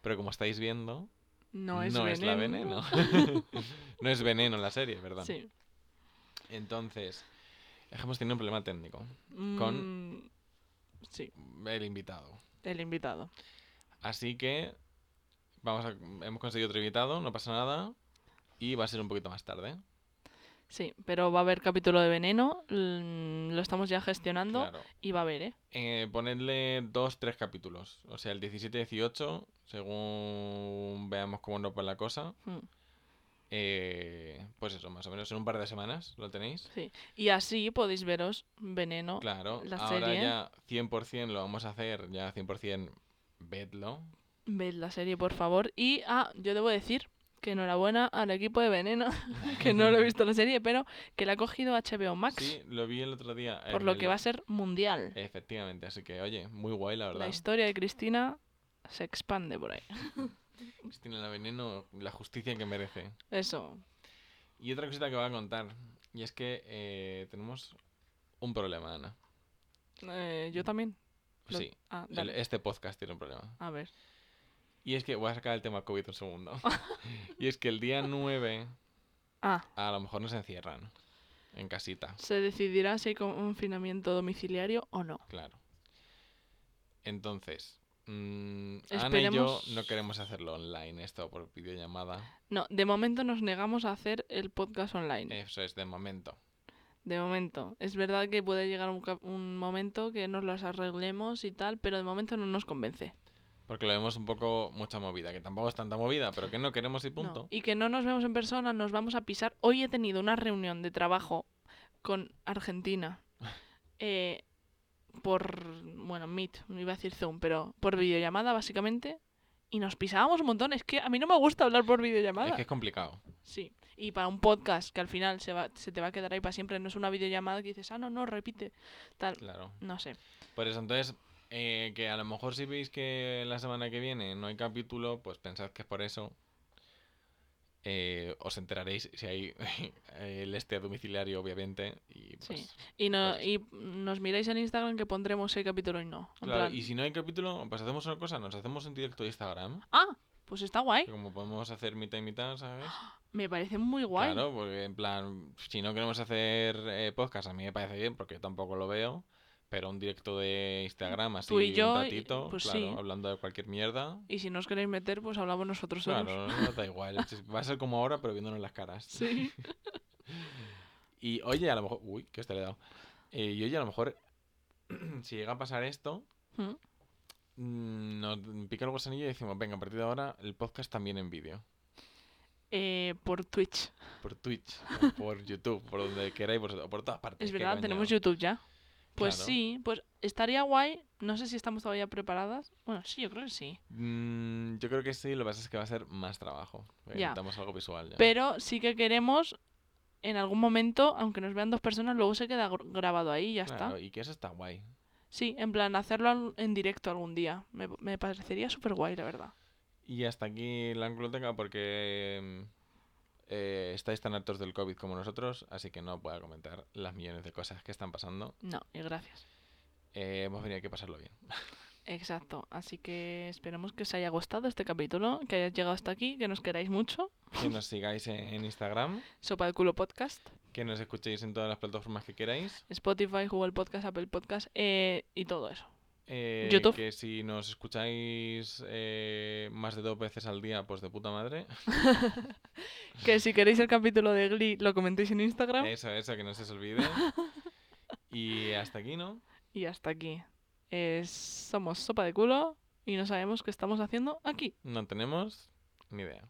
Pero como estáis viendo,
No es
la
veneno.
veneno. no es veneno la serie, ¿verdad?
Sí.
Entonces, es que hemos tenido un problema técnico. Con-
Mm, Sí,
El invitado.
el invitado.
Así que vamos a, hemos conseguido otro invitado, no pasa nada. Y va a ser un poquito más tarde.
Sí, pero va a haber capítulo de veneno. mm, Lo estamos ya gestionando
Claro.
y va a haber, ¿eh?
Eh, ponedle dos, tres capítulos. O sea, el 17 18, según veamos cómo nos va la cosa.
Mm.
Eh, pues eso, más o menos en un par de semanas lo tenéis.
Sí. Y así podéis veros veneno.
Claro,
la
ahora
serie.
ya 100% lo vamos a hacer, ya 100% vedlo.
Ved la serie, por favor. Y, ah, yo debo decir que enhorabuena al equipo de veneno, que no lo he visto la serie, pero que la ha cogido HBO Max,
Sí, lo vi el otro día.
por
en
lo
el-
que va a ser mundial.
Efectivamente, así que oye, muy guay la
La
verdad.
historia de Cristina se expande por ahí.
Cristina la Veneno, la justicia que merece.
Eso.
Y otra cosita que voy a contar, y es que eh, tenemos un problema, Ana.
Eh, yo también. Lo-
Sí,
Ah,
el-
dale.
este podcast tiene un problema.
A ver.
Y es que voy a sacar el tema COVID un segundo. y es que el día 9
Ah,
a lo mejor nos encierran en casita,
se decidirá si hay confinamiento domiciliario o no.
claro. Entonces, Mm, Ana y yo no
Esperemos-
queremos hacerlo online, esto por videollamada.
No, de momento nos negamos a hacer el podcast online.
Eso es de momento.
De momento. Es verdad que puede llegar un, cap- un momento que nos las arreglemos y tal, pero de momento no nos convence.
Porque lo vemos un poco mucha movida, que tampoco es tanta movida, pero que no queremos y
No,
punto.
Y que no nos vemos en persona, nos vamos a pisar. Hoy he tenido una reunión de trabajo con Argentina. eh, por, bueno, Meet, iba a decir Zoom, pero por videollamada básicamente. Y nos pisábamos un montón. Es que a mí no me gusta hablar por videollamada.
Es que es complicado.
Sí. Y para un podcast que al final se, va, se te va a quedar ahí para siempre, no es una videollamada que dices, ah, no, no, repite. Tal.
Claro.
No sé.
Por eso, entonces, eh, que a lo mejor si veis que la semana que viene no hay capítulo, pues pensad que es por eso. Eh, os enteraréis si hay eh, el este domiciliario, obviamente. Y,
Sí.
pues,
Y, no,
Pues-
y nos miráis en Instagram que pondremos el capítulo y no. En
claro,
plan,
y si no hay capítulo, pues hacemos una cosa, nos hacemos un directo de Instagram.
Ah, pues está guay.
que como podemos hacer mitad y mitad, ¿sabes?
Me parece muy guay.
Claro, porque en plan, si no queremos hacer eh, podcast, a mí me parece bien porque yo tampoco lo veo. Pero un directo de Instagram, así
Tú y yo,
un
y-
ratito,
pues
claro,
sí.
hablando de cualquier mierda.
Y si no os queréis meter, pues hablamos nosotros solos.
Claro, no, da igual. es- Va a ser como ahora, pero viéndonos las caras.
Sí.
Y oye, a lo mejor. Uy, que este le he dado. Eh, y oye, a lo mejor. si llega a pasar esto,
Mm.
mm, nos pica el gusanillo y decimos: venga, a partir de ahora, el podcast también en vídeo.
Eh, por Twitch.
Por Twitch, o por YouTube, por donde queráis, por, o por todas partes.
Es
qué
verdad,
coño.
tenemos YouTube ya. Pues
Claro.
sí, pues estaría guay. No sé si estamos todavía preparadas. Bueno, sí, yo creo que sí.
Mm, yo creo que sí, lo que pasa es que va a ser más trabajo. porque
Ya.
Necesitamos algo visual. ya.
Pero sí que queremos, en algún momento, aunque nos vean dos personas, luego se queda gr- grabado ahí y ya
Claro,
está.
y que eso está guay.
Sí, en plan, hacerlo al- en directo algún día. Me, me parecería súper guay, la verdad.
Y hasta aquí la anculoteca porque mm, eh, estáis tan hartos del COVID como nosotros, así que no puedo comentar las millones de cosas que están pasando.
No, y gracias.
Eh, hemos venido aquí a pasarlo bien.
Exacto. Así que esperemos que os haya gustado este capítulo, que hayáis llegado hasta aquí, que nos queráis mucho.
Que nos sigáis en, en Instagram,
Sopa de culo podcast.
que nos escuchéis en todas las plataformas que queráis.
Spotify, Google Podcast, Apple Podcast eh, y todo eso.
Eh,
YouTube.
Que si nos escucháis eh, más de dos veces al día, pues de puta madre.
Que si queréis el capítulo de Glee, lo comentéis en Instagram.
Eso, eso, que no se os olvide. Y hasta aquí, ¿no?
Y hasta aquí. Eh, somos Sopa de Culo y no sabemos qué estamos haciendo aquí.
No tenemos ni idea.